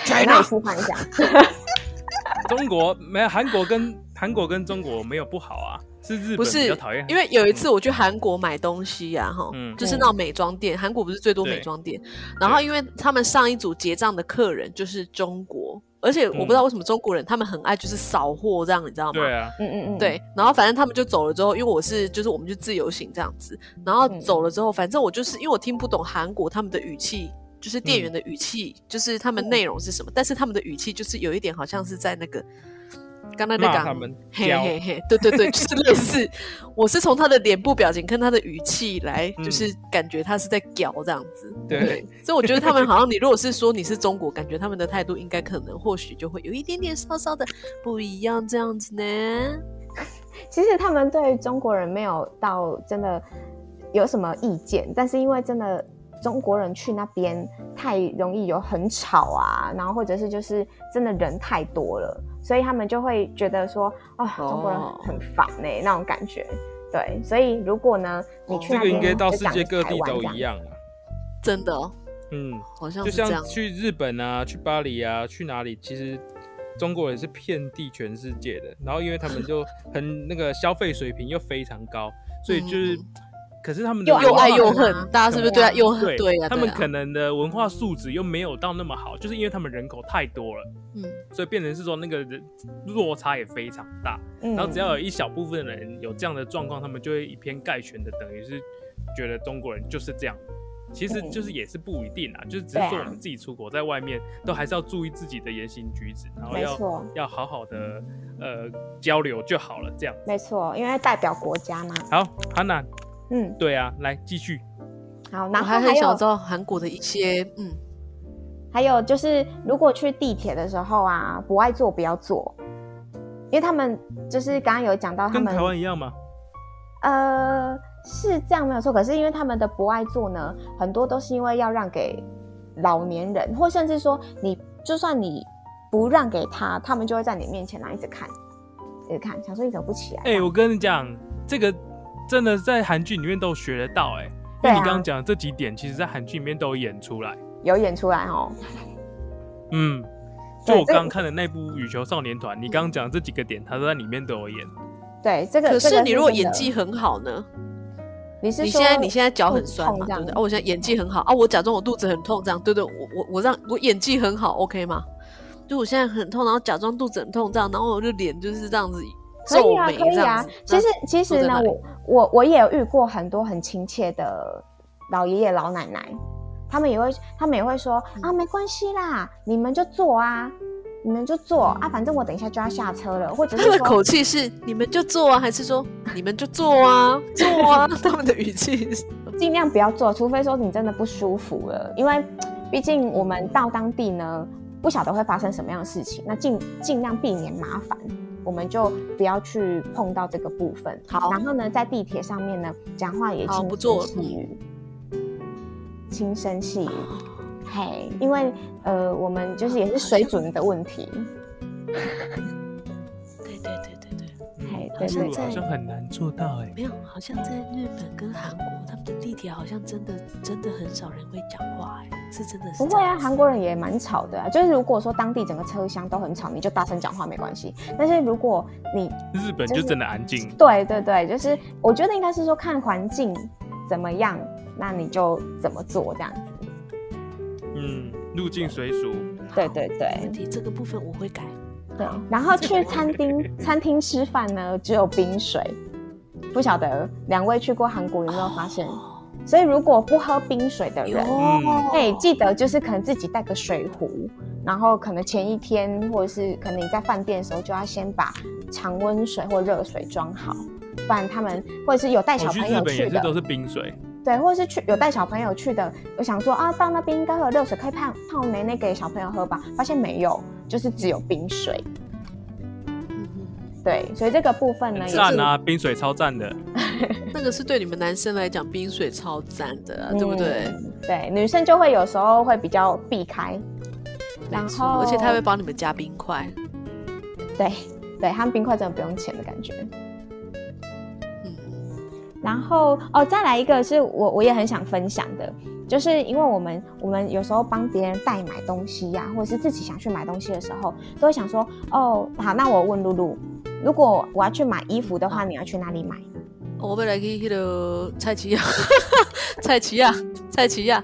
[SPEAKER 3] 那你示范一下，
[SPEAKER 1] 中国没有韩国跟韩国跟中国没有不好啊，是日
[SPEAKER 2] 不
[SPEAKER 1] 本
[SPEAKER 2] 是
[SPEAKER 1] 比较讨厌韩国，
[SPEAKER 2] 因为有一次我去韩国买东西呀、哈、
[SPEAKER 1] 嗯
[SPEAKER 2] 就是那种美妆店，韩国不是最多美妆店，然后因为他们上一组结账的客人就是中国，而且我不知
[SPEAKER 1] 嗯
[SPEAKER 2] 道为什么中国人他们很爱就是扫货这样，你知道吗？
[SPEAKER 1] 对啊，
[SPEAKER 3] 嗯嗯嗯，
[SPEAKER 2] 对，然后反正他们就走了之后，因为我是就是我们就自由行这样子，然后
[SPEAKER 3] 嗯
[SPEAKER 2] 走了之后，反正我就是因为我听不懂韩国他们的语气，就是
[SPEAKER 1] 嗯
[SPEAKER 2] 店员的语气，就是他们内容是什么，但是他们的语气就是有一点好像是在那个。刚才在
[SPEAKER 1] 骂
[SPEAKER 2] 讲
[SPEAKER 1] 他们
[SPEAKER 2] 嘿
[SPEAKER 1] 教
[SPEAKER 2] 嘿嘿，对对 对，就是类似，我是从他的脸部表情跟他的语气来，
[SPEAKER 1] 嗯
[SPEAKER 2] 就是感觉他是在屌这样子。
[SPEAKER 1] 对，
[SPEAKER 2] 所以我觉得他们好像，你如果是说你是中国，感觉他们的态度应该可能或许就会有一点点稍稍的不一样这样子呢。
[SPEAKER 3] 其实他们对中国人没有到真的有什么意见，但是因为真的中国人去那边太容易有很吵啊，然后或者是就是真的人太多了，所以他们就会觉得说，哦，
[SPEAKER 2] 哦
[SPEAKER 3] 中国人很烦呢、那种感觉。对，所以如果呢，你去
[SPEAKER 1] 这
[SPEAKER 3] 那
[SPEAKER 1] 个
[SPEAKER 3] 边
[SPEAKER 1] 哦应该到
[SPEAKER 3] 就
[SPEAKER 1] 世
[SPEAKER 3] 讲
[SPEAKER 1] 界各
[SPEAKER 3] 台
[SPEAKER 1] 地
[SPEAKER 3] 湾
[SPEAKER 1] 都
[SPEAKER 3] 这样
[SPEAKER 1] 一。样啊，
[SPEAKER 2] 真的、哦，
[SPEAKER 1] 嗯。
[SPEAKER 2] 好像
[SPEAKER 1] 就是
[SPEAKER 2] 这样
[SPEAKER 1] 像。去日本啊、去巴黎啊、去哪里，其实中国人是遍地全世界的。然后因为他们 就很那个消费水平又非常高，所以就是
[SPEAKER 2] 嗯，
[SPEAKER 1] 可是他们的
[SPEAKER 3] 又
[SPEAKER 1] 文
[SPEAKER 2] 又
[SPEAKER 1] 化
[SPEAKER 2] 爱又
[SPEAKER 3] 可
[SPEAKER 2] 恨
[SPEAKER 3] 能啊，
[SPEAKER 2] 大家是不是对他又恨？
[SPEAKER 1] 对
[SPEAKER 2] 对呀，
[SPEAKER 1] 他
[SPEAKER 2] 对
[SPEAKER 1] 们
[SPEAKER 2] 啊
[SPEAKER 1] 可能的文化素质又没有到那么好，就是因为他们人口太多了，
[SPEAKER 2] 嗯，
[SPEAKER 1] 所以变成是说那个人落差也非常大。
[SPEAKER 3] 嗯
[SPEAKER 1] 然后只要有一小部分人有这样的状况，他们就会以偏概全的，等于是觉得中国人就是这样。其实就是也是不一定啊，就是只是说
[SPEAKER 3] 对啊
[SPEAKER 1] 我们自己出国在外面，都还是要注意自己的言行举止，然后
[SPEAKER 3] 嗯没
[SPEAKER 1] 要
[SPEAKER 3] 错，
[SPEAKER 1] 要好好的呃交流就好了。这样
[SPEAKER 3] 没错，因为代表国家嘛。
[SPEAKER 1] 好，安娜，
[SPEAKER 3] 嗯，
[SPEAKER 1] 对啊，来继续。
[SPEAKER 3] 好，
[SPEAKER 2] 我
[SPEAKER 3] 然后
[SPEAKER 2] 还
[SPEAKER 3] 还
[SPEAKER 2] 很
[SPEAKER 3] 有
[SPEAKER 2] 想知道韩国的一些嗯
[SPEAKER 3] 还有就是，如果去地铁的时候啊，不爱坐不要坐，因为他们就是刚刚有讲到他
[SPEAKER 1] 跟
[SPEAKER 3] 们
[SPEAKER 1] 台湾一样吗？
[SPEAKER 3] 呃是这样没有错，可是因为他们的不爱坐呢，很多都是因为要让给老年人，或甚至说你就算你不让给他，他们就会在你面前然后一直看，一直看，想说你怎么不起来？
[SPEAKER 1] 哎、我跟你讲，这个真的在韩剧里面都学得到、哎，因
[SPEAKER 3] 对
[SPEAKER 1] 为
[SPEAKER 3] 啊
[SPEAKER 1] 你刚刚讲的这几点，其实在韩剧里面都有演出来。
[SPEAKER 3] 有演出来哦，
[SPEAKER 1] 嗯，就
[SPEAKER 3] 对
[SPEAKER 1] 我
[SPEAKER 3] 这个
[SPEAKER 1] 刚刚看的那部《羽球少年团》，你刚刚讲的这几个点，他都在里面都有演。
[SPEAKER 3] 对这个。
[SPEAKER 2] 可
[SPEAKER 3] 这个
[SPEAKER 2] 是你如果
[SPEAKER 3] 真的
[SPEAKER 2] 演技，很好呢？
[SPEAKER 3] 你是
[SPEAKER 2] 你
[SPEAKER 3] 说
[SPEAKER 2] 现在你现在脚很酸
[SPEAKER 3] 痛
[SPEAKER 2] 嘛，
[SPEAKER 3] 这
[SPEAKER 2] 对
[SPEAKER 3] 样
[SPEAKER 2] 不对？哦，我现在演技很好啊，我假装我肚子很痛这样，对对，我我我让我演技很好，OK 吗？就我现在很痛，然后假装肚子很痛这样，然后我就脸就是这样子
[SPEAKER 3] 可
[SPEAKER 2] 皱
[SPEAKER 3] 以啊，
[SPEAKER 2] 眉
[SPEAKER 3] 可
[SPEAKER 2] 这
[SPEAKER 3] 以
[SPEAKER 2] 样
[SPEAKER 3] 啊
[SPEAKER 2] 子。。
[SPEAKER 3] 其实其
[SPEAKER 2] 坐
[SPEAKER 3] 实
[SPEAKER 2] 在
[SPEAKER 3] 呢
[SPEAKER 2] 那，里
[SPEAKER 3] 我我我也有遇过很多很亲切的老爷爷老奶奶，他们也会他们也会说、
[SPEAKER 2] 嗯
[SPEAKER 3] 啊，没关系啦，你们就坐啊，你们就坐啊，反正我等一下就要下车了，或者
[SPEAKER 2] 那
[SPEAKER 3] 是
[SPEAKER 2] 他的
[SPEAKER 3] 说
[SPEAKER 2] 口气是你们就做啊，还是说你们就做啊做啊？ 他们的语气是
[SPEAKER 3] 尽量不要坐，除非说你真的不舒服了，因为毕竟我们到当地呢，不晓得会发生什么样的事情，那尽尽量避免麻烦，我们就不要去碰到这个部分。
[SPEAKER 2] 好
[SPEAKER 3] 然后呢，在地铁上面呢，讲话也
[SPEAKER 2] 好
[SPEAKER 3] 轻
[SPEAKER 2] 不
[SPEAKER 3] 声
[SPEAKER 2] 做
[SPEAKER 3] 细语，轻声细语，嘿，因为呃，我们就是也是水准的问题，
[SPEAKER 2] 嗯对对对对对，
[SPEAKER 1] 嗯
[SPEAKER 3] 哎，
[SPEAKER 1] 可
[SPEAKER 3] 对
[SPEAKER 1] 是
[SPEAKER 2] 对
[SPEAKER 1] 我
[SPEAKER 2] 对
[SPEAKER 1] 好像很难做到、哎，
[SPEAKER 2] 没有，好像在日本跟韩国，他们的地铁好像真的真的很少人会讲话、哎，是真的是
[SPEAKER 3] 不会啊，韩国人也蛮吵的、啊，就是如果说当地整个车厢都很吵，你就大声讲话没关系，但是如果你
[SPEAKER 1] 日本就真的安静。
[SPEAKER 3] 对对对，就是我觉得应该是说看环境怎么样，那你就怎么做这样子。
[SPEAKER 1] 嗯，入境随俗。
[SPEAKER 3] 对对对
[SPEAKER 2] 问题这个部分我会改。
[SPEAKER 3] 对
[SPEAKER 2] 好，
[SPEAKER 3] 然后去餐厅餐厅吃饭呢，只有冰水。不晓得两位去过韩国有没有发现？
[SPEAKER 2] 哦
[SPEAKER 3] 所以如果不喝冰水的
[SPEAKER 2] 有
[SPEAKER 3] 人，
[SPEAKER 1] 嗯
[SPEAKER 3] 哎，记得就是可能自己带个水壶，然后可能前一天或者是可能你在饭店的时候就要先把常温水或热水装好，不然他们或者是有带小
[SPEAKER 1] 我哦去
[SPEAKER 3] 朋
[SPEAKER 1] 日
[SPEAKER 3] 友
[SPEAKER 1] 本也
[SPEAKER 3] 去
[SPEAKER 1] 是
[SPEAKER 3] 的，
[SPEAKER 1] 都是冰水，
[SPEAKER 3] 对，或者是去有带小朋友去的，我想说啊，到那边应该会有热水，可以泡泡奶奶给小朋友喝吧，发现没有，就是只有冰水。
[SPEAKER 2] 嗯嗯
[SPEAKER 3] 对，所以这个部分呢，
[SPEAKER 1] 很
[SPEAKER 3] 也
[SPEAKER 1] 赞
[SPEAKER 3] 是
[SPEAKER 1] 啊，冰水超赞的。
[SPEAKER 2] 那个是对你们男生来讲，冰水超赞的啊、
[SPEAKER 3] 嗯
[SPEAKER 2] 对不对？
[SPEAKER 3] 对女生就会有时候会比较避开，然
[SPEAKER 2] 没错
[SPEAKER 3] 后
[SPEAKER 2] 嗯而且他会帮你们加冰块。
[SPEAKER 3] 对对，他们冰块真的不用钱的感觉。
[SPEAKER 2] 嗯，
[SPEAKER 3] 然后哦，再来一个是我我也很想分享的，就是因为我们我们有时候帮别人代买东西呀、或者是自己想去买东西的时候，都会想说哦，好，那我问露露，如果我要去买衣服的话，你要去哪里买？
[SPEAKER 2] 哦我未来去那个蔡奇亚，蔡奇亚，蔡奇亚。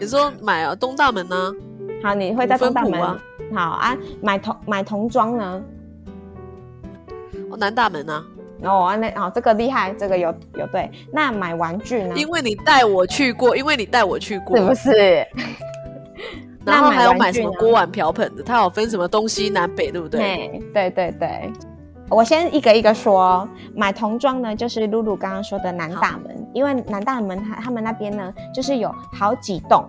[SPEAKER 2] 你说买啊，东大门呢、
[SPEAKER 3] 好，你会在
[SPEAKER 2] 五分
[SPEAKER 3] 东大
[SPEAKER 2] 埔
[SPEAKER 3] 门。
[SPEAKER 2] 啊
[SPEAKER 3] 好啊，买童买童装呢？
[SPEAKER 2] 哦南大门啊，
[SPEAKER 3] 哦，啊那好，这个厉害，这个有有对。那买玩具呢？
[SPEAKER 2] 因为你带我去过，因为你带我去过
[SPEAKER 3] 是，不是？
[SPEAKER 2] 然后还有买
[SPEAKER 3] 玩具
[SPEAKER 2] 什么
[SPEAKER 3] 呢
[SPEAKER 2] 锅碗瓢盆的，它有分什么东西南北，对不对？
[SPEAKER 3] 嘿对对对，我先一个一个说哦。买童装呢，就是露露刚刚说的南大门，因为南大门他他们那边呢，就是有好几栋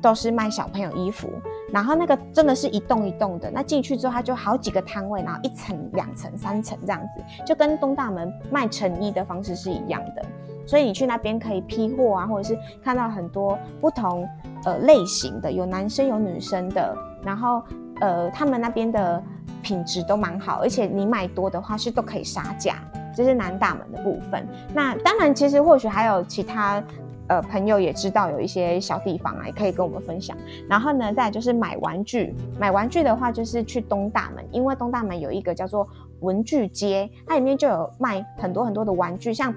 [SPEAKER 3] 都是卖小朋友衣服，然后那个真的是一栋一栋的。那进去之后，它就好几个摊位，然后一层、两层、三层这样子，就跟东大门卖成衣的方式是一样的。所以你去那边可以批货啊，或者是看到很多不同呃类型的，有男生有女生的，然后呃他们那边的品质都蛮好，而且你买多的话是都可以杀价，这是南大门的部分。那当然，其实或许还有其他。呃，朋友也知道有一些小地方啊，也可以跟我们分享。然后呢，再来就是买玩具，买玩具的话就是去东大门，因为东大门有一个叫做文具街，它里面就有卖很多很多的玩具，像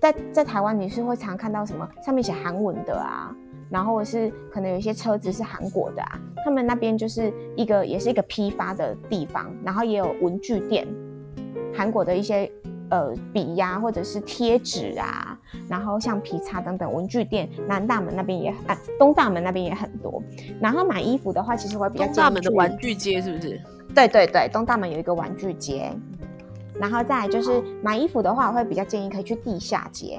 [SPEAKER 3] 在在台湾你是会常看到什么上面写韩文的啊，然后是可能有一些车子是韩国的啊，他们那边就是一个也是一个批发的地方，然后也有文具店，韩国的一些呃笔呀、或者是贴纸啊，然后橡皮擦等等文具店，南大门那边也啊东大门那边也很多。然后买衣服的话，其实会比较
[SPEAKER 2] 东大门的
[SPEAKER 3] 建议去
[SPEAKER 2] 玩具街是不是？
[SPEAKER 3] 对对对，东大门有一个玩具
[SPEAKER 2] 嗯
[SPEAKER 3] 街，然后再来就是买衣服的话，我会比较建议可以去地下街。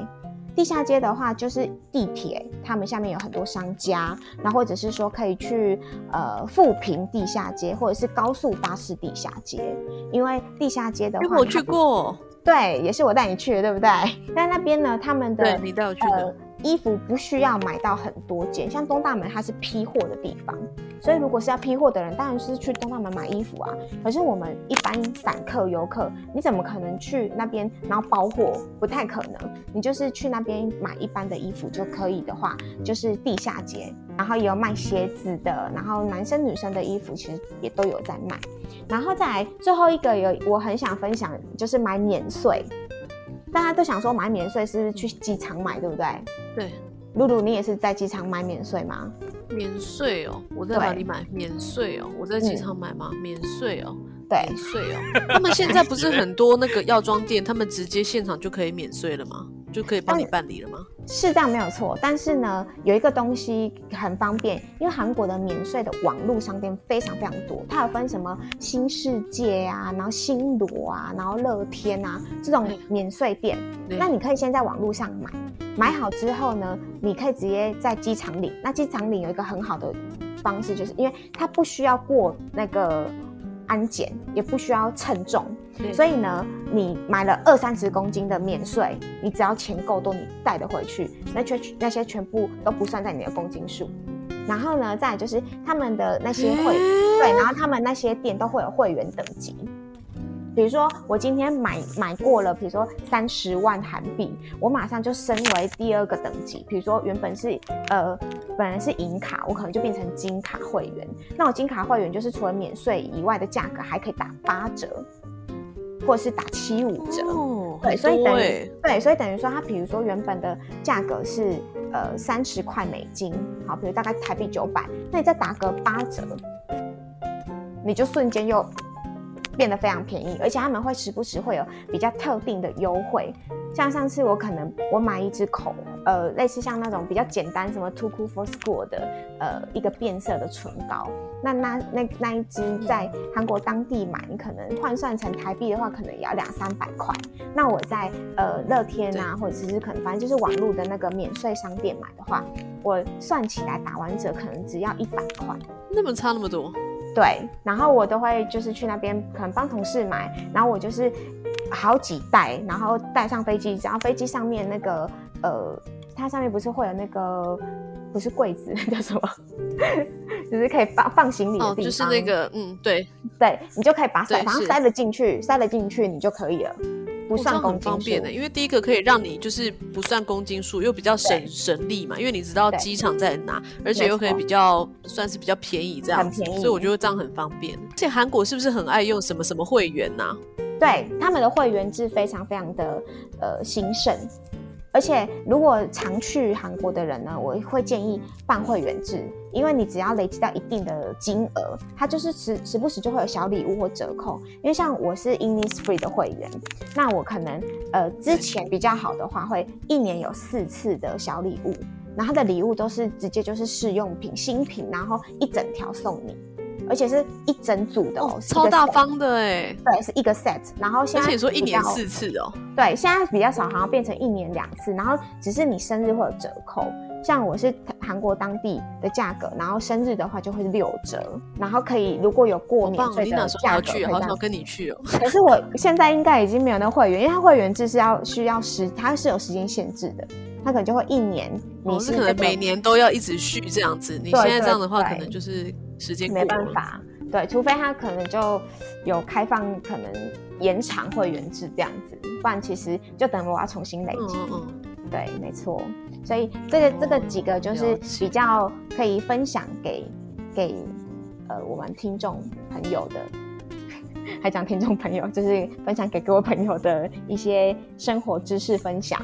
[SPEAKER 3] 地下街的话，就是地铁，他们下面有很多商家，然后或者是说可以去呃富平地下街，或者是高速巴士地下街，因为地下街的话，
[SPEAKER 2] 因为我
[SPEAKER 3] 它
[SPEAKER 2] 去
[SPEAKER 3] 不
[SPEAKER 2] 过，
[SPEAKER 3] 对，也是我带你去的，对不对？但那边呢，他们
[SPEAKER 2] 对
[SPEAKER 3] 的
[SPEAKER 2] 你带我去
[SPEAKER 3] 呃
[SPEAKER 2] 的，
[SPEAKER 3] 衣服不需要买到很多件，像东大门它是批货的地方，所以如果是要批货的人，当然是去东大门买衣服啊。可是我们一般散客游客，你怎么可能去那边然后包货？不太可能。你就是去那边买一般的衣服就可以的话，就是地下街，然后也有卖鞋子的，然后男生女生的衣服其实也都有在卖。然后再来最后一个有我很想分享，就是买免税。大家都想说买免税是不是去机场买，对不对？
[SPEAKER 2] 对，
[SPEAKER 3] 露露，你也是在机场买免税吗？
[SPEAKER 2] 免税哦，我在哪
[SPEAKER 3] 对嗯
[SPEAKER 2] 里买？免税哦，我在机场买吗？免税哦，
[SPEAKER 3] 对，
[SPEAKER 2] 免税哦。他们现在不是很多那个药妆店，他们直接现场就可以免税了吗？就可以帮你办理了吗？
[SPEAKER 3] 是这样没有错。但是呢，有一个东西很方便，因为韩国的免税的网络商店非常非常多，它有分什么新世界啊，然后新罗啊，然后乐天啊这种
[SPEAKER 2] 嗯
[SPEAKER 3] 免税店。
[SPEAKER 2] 对
[SPEAKER 3] 那你可以先在网络上买，买好之后呢，你可以直接在机场领。那机场领有一个很好的方式，就是因为它不需要过那个安检，也不需要称重，
[SPEAKER 2] 对
[SPEAKER 3] 所以呢，你买了二三十公斤的免税，你只要钱够多，你带得回去，那全那些全部都不算在你的公斤数。然后呢，再来就是他们的那些会，对，然后他们那些店都会有会员等级。比如说，我今天买买过了，比如说三十万韩币，我马上就升为第二个等级。比如说，原本是呃本来是银卡，我可能就变成金卡会员。那我金卡会员就是除了免税以外的价格，还可以打八折，或者是打七五折。
[SPEAKER 2] 哦，
[SPEAKER 3] 对，所以
[SPEAKER 2] 很
[SPEAKER 3] 等
[SPEAKER 2] 多
[SPEAKER 3] 于
[SPEAKER 2] 欸
[SPEAKER 3] 对，所以等于说，它比如说原本的价格是呃三十块美金，好，比如大概台币九百，那你再打个八折，你就瞬间又变得非常便宜，而且他们会时不时会有比较特定的优惠，像上次我可能我买一支口呃类似像那种比较简单什么 Too Cool for School 的呃一个变色的唇膏，那那那那一支在韩国当地买，你可能换算成台币的话，可能也要两三百块。那我在呃乐天啊，或者是可能反正就是网络的那个免税商店买的话，我算起来打完折可能只要一百块。
[SPEAKER 2] 那么差那么多，
[SPEAKER 3] 对，然后我都会就是去那边可能帮同事买，然后我就是好几袋，然后带上飞机，然后飞机上面那个呃，它上面不是会有那个不是柜子 叫什么，就是可以放放行李的地
[SPEAKER 2] 哦，
[SPEAKER 3] 方，
[SPEAKER 2] 就是那个，嗯，对，
[SPEAKER 3] 对你就可以把塞，
[SPEAKER 2] 对
[SPEAKER 3] 反正
[SPEAKER 2] 是
[SPEAKER 3] 塞得进去，塞得进去你就可以了，不
[SPEAKER 2] 哦这
[SPEAKER 3] 算
[SPEAKER 2] 样
[SPEAKER 3] 公
[SPEAKER 2] 很
[SPEAKER 3] 斤
[SPEAKER 2] 方便
[SPEAKER 3] 数
[SPEAKER 2] 的，。因为第一个可以让你就是不算公斤数，又比较省省力嘛，因为你知道
[SPEAKER 3] 对
[SPEAKER 2] 机场在哪，而且
[SPEAKER 3] 没
[SPEAKER 2] 又可以
[SPEAKER 3] 错
[SPEAKER 2] 比较算是比较便宜这样子，
[SPEAKER 3] 很便宜
[SPEAKER 2] 所以我觉得这样很方便。而且韩国是不是很爱用什么什么会员呐、
[SPEAKER 3] 对，他们的会员制非常非常的呃兴盛，而且如果常去韩国的人呢，我会建议办会员制，因为你只要累积到一定的金额，它就是时时不时就会有小礼物或折扣。因为像我是 Innisfree 的会员，那我可能呃之前比较好的话，会一年有四次的小礼物。然后它的礼物都是直接就是试用品、新品，然后一整条送你，而且是一整组的哦，
[SPEAKER 2] 哦，
[SPEAKER 3] 是一
[SPEAKER 2] 超
[SPEAKER 3] 个
[SPEAKER 2] 大
[SPEAKER 3] set
[SPEAKER 2] 方的哎、
[SPEAKER 3] 对，是一个 set。然后现
[SPEAKER 2] 而
[SPEAKER 3] 在
[SPEAKER 2] 且你说一
[SPEAKER 3] 比
[SPEAKER 2] 年
[SPEAKER 3] 较
[SPEAKER 2] 四次哦，
[SPEAKER 3] 对，现在比较少，好像变成一年两次，然后只是你生日会有折扣。像我是韩国当地的价格，然后生日的话就会六折，然后可以如果有过
[SPEAKER 2] 好
[SPEAKER 3] 免
[SPEAKER 2] 棒！哦
[SPEAKER 3] 税
[SPEAKER 2] 你
[SPEAKER 3] 的
[SPEAKER 2] 哪时候还要
[SPEAKER 3] 价格可
[SPEAKER 2] 去
[SPEAKER 3] 以
[SPEAKER 2] 啊？好想
[SPEAKER 3] 再
[SPEAKER 2] 跟你去哦。
[SPEAKER 3] 可是我现在应该已经没有那会员，因为它会员制是要需要时，它是有时间限制的，它可能就会一年你
[SPEAKER 2] 哦，
[SPEAKER 3] 是、
[SPEAKER 2] 是
[SPEAKER 3] 这
[SPEAKER 2] 可能
[SPEAKER 3] 个
[SPEAKER 2] 每年都要一直续这样子。你
[SPEAKER 3] 对
[SPEAKER 2] 现在
[SPEAKER 3] 对
[SPEAKER 2] 这样的话，
[SPEAKER 3] 对
[SPEAKER 2] 可能就是时间过
[SPEAKER 3] 没
[SPEAKER 2] 了
[SPEAKER 3] 办。法，对，除非他可能就有开放，可能延长会员制这样子，不然其实就等我要重新累
[SPEAKER 2] 嗯
[SPEAKER 3] 积。
[SPEAKER 2] 嗯嗯，
[SPEAKER 3] 对，没错。所以这个这个
[SPEAKER 2] 哦
[SPEAKER 3] 几个就
[SPEAKER 2] 了
[SPEAKER 3] 是
[SPEAKER 2] 解
[SPEAKER 3] 比较可以分享给给呃我们听众朋友的， 还讲听众朋友，就是分享给各位朋友的一些生活知识分享。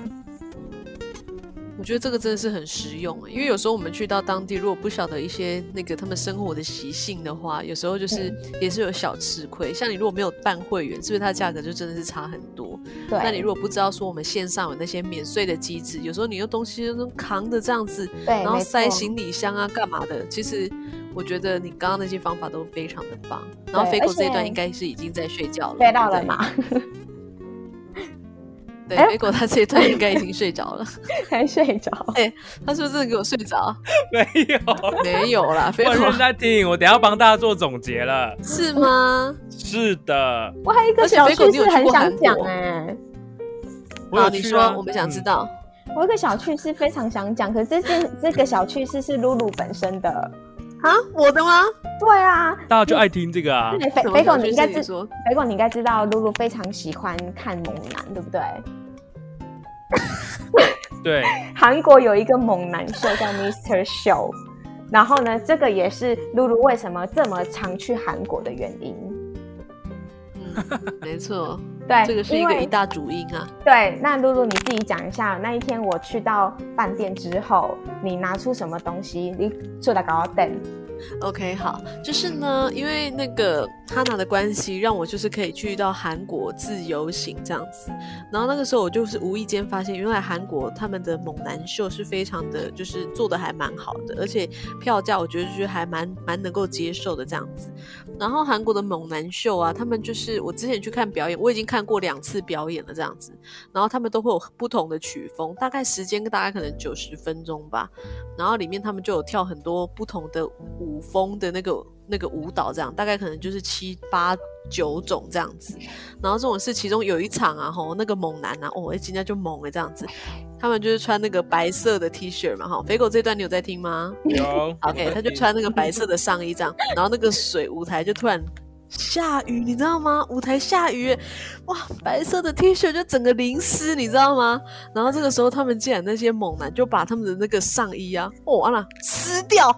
[SPEAKER 2] 我觉得这个真的是很实用欸，因为有时候我们去到当地，如果不晓得一些那个他们生活的习性的话，有时候就是也是有小吃亏。像你如果没有办会员，是不是它的价格就真的是差很多？
[SPEAKER 3] 对，
[SPEAKER 2] 那你如果不知道说我们线上有那些免税的机制，有时候你用东西就是扛着这样子，
[SPEAKER 3] 对，
[SPEAKER 2] 然后
[SPEAKER 3] 没
[SPEAKER 2] 塞
[SPEAKER 3] 错
[SPEAKER 2] 行李箱啊，干嘛的？其实我觉得你刚刚那些方法都非常的棒。然后肥
[SPEAKER 3] 对而
[SPEAKER 2] 狗这一段
[SPEAKER 3] 且
[SPEAKER 2] 应该是已经在睡觉了，
[SPEAKER 3] 飞到了
[SPEAKER 2] 对不对
[SPEAKER 3] 嘛？
[SPEAKER 2] 对
[SPEAKER 3] 哎，呦
[SPEAKER 2] 结果他这一段应该已经睡着了。
[SPEAKER 3] 还睡着。
[SPEAKER 2] 他是不是真的给我睡着？
[SPEAKER 1] 没有，
[SPEAKER 2] 没有啦，非
[SPEAKER 1] 我认
[SPEAKER 2] 我
[SPEAKER 1] 真听，我等一下帮大家做总结了。
[SPEAKER 2] 是吗？
[SPEAKER 1] 是的，
[SPEAKER 3] 我还有 一个
[SPEAKER 2] 哎而且
[SPEAKER 3] 小
[SPEAKER 2] 肥狗
[SPEAKER 3] 趣
[SPEAKER 2] 你有
[SPEAKER 3] 事
[SPEAKER 2] 去
[SPEAKER 3] 很
[SPEAKER 2] 过
[SPEAKER 3] 想
[SPEAKER 2] 韩
[SPEAKER 3] 讲
[SPEAKER 2] 国
[SPEAKER 3] 哎、
[SPEAKER 1] 我有
[SPEAKER 2] 好，你
[SPEAKER 1] 去
[SPEAKER 2] 说
[SPEAKER 1] 啊，
[SPEAKER 2] 我们想知
[SPEAKER 1] 嗯。
[SPEAKER 2] 道。
[SPEAKER 3] 我有一个小趣事非常想讲，可是这件这个小趣事是露露本身的。
[SPEAKER 1] 嗯
[SPEAKER 2] 啊，我的吗？
[SPEAKER 3] 对啊，
[SPEAKER 1] 大家就爱听这个啊，
[SPEAKER 3] 对肥
[SPEAKER 2] 什么
[SPEAKER 3] 肥哎狗
[SPEAKER 2] 小
[SPEAKER 3] 你
[SPEAKER 2] 趣
[SPEAKER 3] 应该
[SPEAKER 2] 事你
[SPEAKER 3] 知，
[SPEAKER 2] 说
[SPEAKER 3] 肥狗你应该知道，露露非常喜欢看猛男，对不对？
[SPEAKER 1] 对，
[SPEAKER 3] 韩国有一个猛男秀叫 Mr. Show，然后呢，这个也是露露为什么这么常去韩国的原因。
[SPEAKER 2] 嗯，没 错，
[SPEAKER 3] 对，
[SPEAKER 2] 这个是一
[SPEAKER 3] 哎因
[SPEAKER 2] 个
[SPEAKER 3] 为
[SPEAKER 2] 一大主因啊。
[SPEAKER 3] 对，那露露你自己讲一下，那一天我去到饭店之后，你拿出什么东西？你做的搞等，
[SPEAKER 2] OK，好，就是呢，因为那个哈娜的关系，让我就是可以去到韩国自由行这样子。然后那个时候我就是无意间发现，原来韩国他们的猛男秀是非常的，就是做的还蛮好的，而且票价我觉得就是还蛮蛮能够接受的这样子。然后韩国的猛男秀啊，他们就是我之前去看表演，我已经看过两次表演了这样子。然后他们都会有不同的曲风，大概时间大概可能九十分钟吧。然后里面他们就有跳很多不同的舞风的那个那个舞蹈，这样大概可能就是七八九种这样子。然后这种是其中有一场啊，吼，那个猛男啊，哦，今天就猛了这样子。他们就是穿那个白色的 T 恤嘛，哈，肥狗这段你有在听吗？
[SPEAKER 1] 有
[SPEAKER 2] OK，他就穿那个白色的上衣这样，然后那个水舞台就突然下雨，你知道吗？舞台下雨，哇，白色的 T 恤就整个淋湿，你知道吗？然后这个时候他们竟然那些猛男就把他们的那个上衣啊，哦，完了撕掉。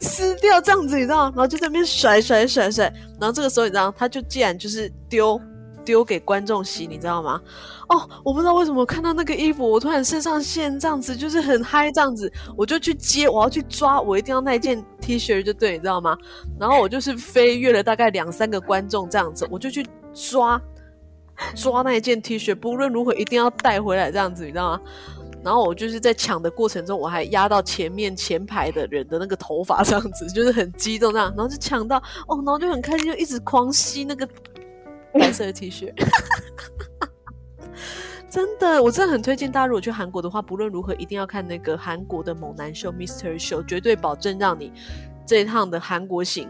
[SPEAKER 2] 撕掉这样子，你知道吗？然后就在那边甩甩甩甩，然后这个时候你知道，他就竟然就是丢丢给观众席，你知道吗？哦，我不知道为什么看到那个衣服，我突然肾上腺这样子，就是很嗨这样子，我就去接，我要去抓，我一定要那件 T 恤就对，你知道吗？然后我就是飞跃了大概两三个观众这样子，我就去抓抓那一件 T 恤，不论如何一定要带回来这样子，你知道吗？然后我就是在抢的过程中，我还压到前面前排的人的那个头发这样子，就是很激动这样，然后就抢到哦，然后就很开心，就一直狂吸那个白色的 T 恤。真的，我真的很推荐大家，如果去韩国的话，不论如何一定要看那个韩国的猛男秀 Mister Show，绝对保证让你这一趟的韩国行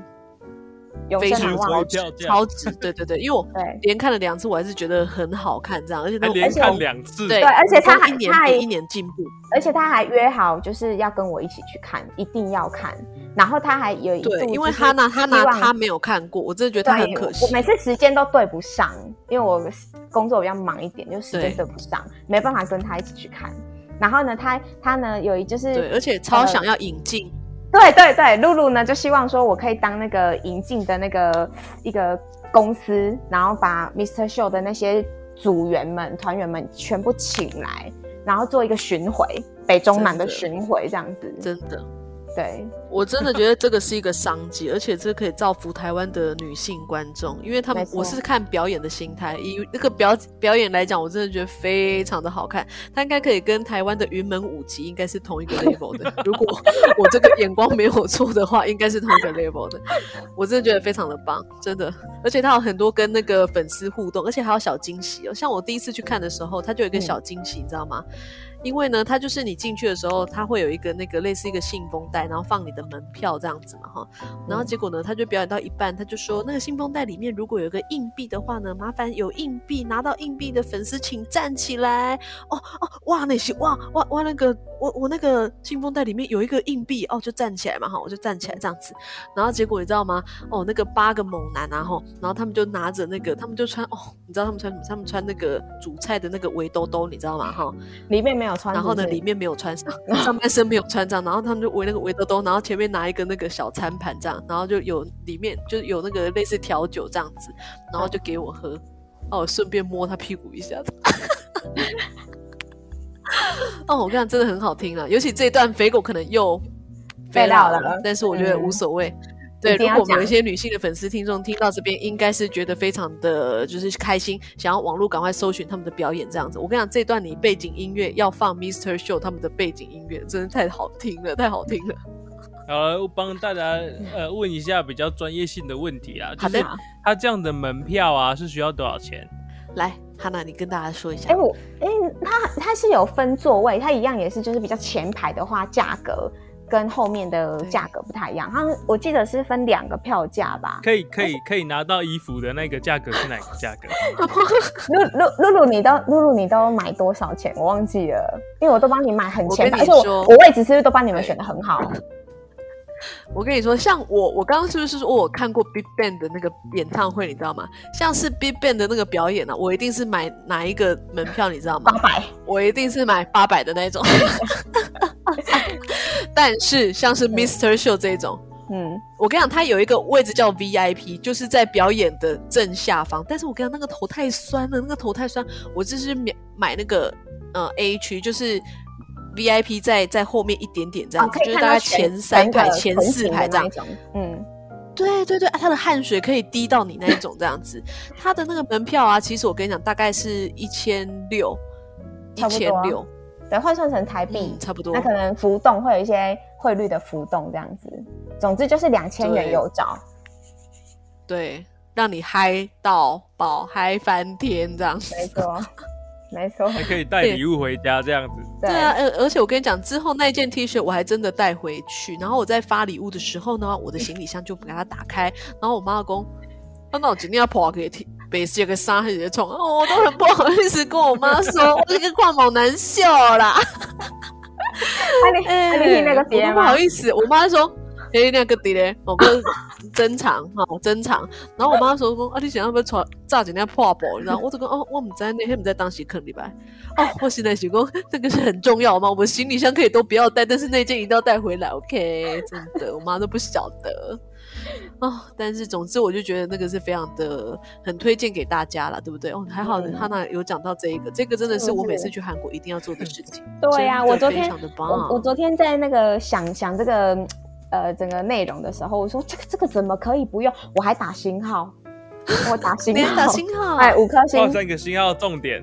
[SPEAKER 3] 永
[SPEAKER 2] 非
[SPEAKER 3] 生
[SPEAKER 2] 常
[SPEAKER 1] 值
[SPEAKER 3] 难忘
[SPEAKER 1] 回
[SPEAKER 2] 超
[SPEAKER 1] 高。
[SPEAKER 2] 值
[SPEAKER 1] 票价
[SPEAKER 2] 超值。对对对，因为我
[SPEAKER 3] 对
[SPEAKER 2] 连看了两次，我还是觉得很好看，这样，而且
[SPEAKER 1] 还
[SPEAKER 2] 那种
[SPEAKER 1] 哎
[SPEAKER 2] 哦
[SPEAKER 1] 连
[SPEAKER 3] 而且
[SPEAKER 1] 看
[SPEAKER 3] 我
[SPEAKER 1] 两次，
[SPEAKER 2] 对，
[SPEAKER 3] 对而且他
[SPEAKER 2] 我
[SPEAKER 3] 还
[SPEAKER 2] 一年
[SPEAKER 3] 他还
[SPEAKER 2] 比一年进步。
[SPEAKER 3] 而且他还约好就是要跟我一起去看，一定要看。然后他还有一
[SPEAKER 2] 对，
[SPEAKER 3] 度
[SPEAKER 2] 因为
[SPEAKER 3] 就是
[SPEAKER 2] 哈娜哈
[SPEAKER 3] 希
[SPEAKER 2] 娜
[SPEAKER 3] 望
[SPEAKER 2] 她没有看过，我真的觉得她
[SPEAKER 3] 对
[SPEAKER 2] 很可惜
[SPEAKER 3] 我。每次时间都对不上，因为我工作比较忙一点，就时间对不上，没办法跟他一起去看。然后呢，他他呢有一就是呃
[SPEAKER 2] 对，而且超想要引进，
[SPEAKER 3] 对对对，露露呢就希望说我可以当那个引进的那个一个公司，然后把 Mr. Show 的那些组员们、团员们全部请来，然后做一个巡回，北中南的
[SPEAKER 2] 真
[SPEAKER 3] 巡回这样子。
[SPEAKER 2] 真的，
[SPEAKER 3] 对，
[SPEAKER 2] 我真的觉得这个是一个商机， 而且这可以造福台湾的女性观众，因为他们
[SPEAKER 3] 没错
[SPEAKER 2] 我是看表演的心态，以那个表表演来讲，我真的觉得非常的好看，它应该可以跟台湾的云门舞集应该是同一个 level 的。 如果我这个眼光没有错的话，应该是同一个 level 的。我真的觉得非常的棒，真的，而且它有很多跟那个粉丝互动，而且还有小惊喜哦。像我第一次去看的时候，它就有一个
[SPEAKER 3] 嗯
[SPEAKER 2] 小惊喜，你知道吗？因为呢，它就是你进去的时候，它会有一个那个类似一个信封袋，然后放你的门票这样子嘛，哈。然后结果呢，他就表演到一半，他就说那个信封袋里面如果有一个硬币的话呢，麻烦有硬币拿到硬币的粉丝请站起来。哦哦，哇那些哇哇哇那个我我那个信封袋里面有一个硬币哦，就站起来嘛哈，我就站起来这样子。然后结果你知道吗？哦，那个八个猛男啊吼，然后他们就拿着那个，他们就穿哦，你知道他们穿什么？他们穿那个主菜的那个围兜兜，你知道吗哈？
[SPEAKER 3] 里面没有穿，
[SPEAKER 2] 然后呢，
[SPEAKER 3] 是不是
[SPEAKER 2] 里面没有穿上，上半身没有穿上，然后他们就围那个围兜兜，然后前面拿一个那个小餐盘这样，然后就有里面就是有那个类似调酒这样子，然后就给我喝，哦，顺便摸他屁股一下子。 哦，我跟你讲，真的很好听了，尤其这一段肥狗可能又
[SPEAKER 3] 被
[SPEAKER 2] 肥
[SPEAKER 3] 到
[SPEAKER 2] 到
[SPEAKER 3] 了
[SPEAKER 2] 但是我觉得无
[SPEAKER 3] 嗯
[SPEAKER 2] 所谓。
[SPEAKER 3] 一
[SPEAKER 2] 对，
[SPEAKER 3] 定
[SPEAKER 2] 如
[SPEAKER 3] 要
[SPEAKER 2] 果我们有
[SPEAKER 3] 讲
[SPEAKER 2] 一些女性的粉丝听众听到这边，应该是觉得非常的就是开心，想要网络赶快搜寻他们的表演这样子。我跟你讲，这段你背景音乐要放 Mr. Show 他们的背景音乐，真的太好听了，太好听了。
[SPEAKER 1] 好了，我帮大家呃问一下比较专业性的问题啊，就
[SPEAKER 2] 好的
[SPEAKER 1] 是他这样的门票啊是需要多少钱？
[SPEAKER 2] 来，哈娜，你跟大家说一下
[SPEAKER 3] 哎、。我哎、它它是有分座位，它一样也是就是比较前排的话，价格跟后面的
[SPEAKER 2] 对
[SPEAKER 3] 价格不太一样。它我记得是分两个票价吧。
[SPEAKER 1] 可以可以可以拿到衣服的那个价格是哪个价格？
[SPEAKER 3] 露露露露，你都露露你都买多少钱？我忘记了，因为我都帮你买很
[SPEAKER 2] 我
[SPEAKER 3] 前
[SPEAKER 2] 跟
[SPEAKER 3] 排，
[SPEAKER 2] 你
[SPEAKER 3] 而且我
[SPEAKER 2] 说
[SPEAKER 3] 我位置是不是都帮你们选的很好？
[SPEAKER 2] 我跟你说，像我，我刚刚是不是说我看过 Big Bang 的那个演唱会，你知道吗？像是 Big Bang 的那个表演呢、啊，我一定是买哪一个门票，你知道吗
[SPEAKER 3] 八？百，
[SPEAKER 2] 我一定是买八百的那一种。 但是像是 Mr. Show 这一种，
[SPEAKER 3] 嗯，
[SPEAKER 2] 我跟你讲，它有一个位置叫 VIP，就是在表演的正下方。但是我跟你讲，那个头太酸了，那个头太酸。我就是买买那个呃 A 区，就是 VIP 在在后面一点点这样
[SPEAKER 3] 哦，
[SPEAKER 2] 子，
[SPEAKER 3] 可
[SPEAKER 2] 就
[SPEAKER 3] 以
[SPEAKER 2] 是
[SPEAKER 3] 看
[SPEAKER 2] 大
[SPEAKER 3] 到
[SPEAKER 2] 概
[SPEAKER 3] 全
[SPEAKER 2] 前三排、
[SPEAKER 3] 整个
[SPEAKER 2] 前
[SPEAKER 3] 成
[SPEAKER 2] 四
[SPEAKER 3] 品的
[SPEAKER 2] 排这
[SPEAKER 3] 那
[SPEAKER 2] 样
[SPEAKER 3] 一。种，嗯，
[SPEAKER 2] 对对对，啊他的汗水可以滴到你那一种这样子。他的那个门票啊，其实我跟你讲，大概是一千六，一
[SPEAKER 3] 差不
[SPEAKER 2] 千
[SPEAKER 3] 多啊
[SPEAKER 2] 六，
[SPEAKER 3] 对，换算成台币
[SPEAKER 2] 嗯，，差不多
[SPEAKER 3] 那。可能浮动会有一些汇率的浮动这样子。总之就是两千元
[SPEAKER 2] 对
[SPEAKER 3] 有找，
[SPEAKER 2] 对，让你嗨到爆，嗨翻天这样子。
[SPEAKER 3] 没 错，没错，
[SPEAKER 1] 还可以带礼物回家这样子。
[SPEAKER 3] 对
[SPEAKER 2] 对啊，而而且我跟你讲，之后那件 T 恤我还真的带回去，然后我在发礼物的时候呢，我的行李箱就给它打开，然后我妈公，啊那我今天要跑给天北市有个沙海的冲，哦，我都很不好意思跟我妈说，我这个挂毛难笑啦，
[SPEAKER 3] 那你
[SPEAKER 2] 哎、
[SPEAKER 3] 那你听那个
[SPEAKER 2] 我
[SPEAKER 3] 别
[SPEAKER 2] 都不好
[SPEAKER 3] 吗？
[SPEAKER 2] 意思，我妈说。哎、那个底嘞，我们珍藏哈，珍藏。然后我妈说说，啊，你想要不要传炸几那破布？你知道，我就讲哦，我们在那天们在当时坑礼拜。哦，我现在想讲，那个是很重要吗？我行李箱可以都不要带，但是那件一定要带回来。OK，真的，我妈都不晓得。哦，但是总之我就觉得那个是非常的很推荐给大家啦，对不对？哦，还好
[SPEAKER 3] 嗯
[SPEAKER 2] 哈娜有讲到这一个，这个真的
[SPEAKER 3] 是
[SPEAKER 2] 是我每
[SPEAKER 3] 是
[SPEAKER 2] 次去韩国一定要做的事情。
[SPEAKER 3] 对呀、
[SPEAKER 2] 真的
[SPEAKER 3] 我昨
[SPEAKER 2] 非
[SPEAKER 3] 天
[SPEAKER 2] 常的棒
[SPEAKER 3] 我我昨天在那个想想这个呃整个内容的时候，我说这个这个怎么可以不用？我还打星号，我打 星
[SPEAKER 2] 你
[SPEAKER 3] 号，
[SPEAKER 2] 要打星号，
[SPEAKER 3] 哎，五颗
[SPEAKER 1] 画
[SPEAKER 3] 星，
[SPEAKER 1] 哦三个星号重点，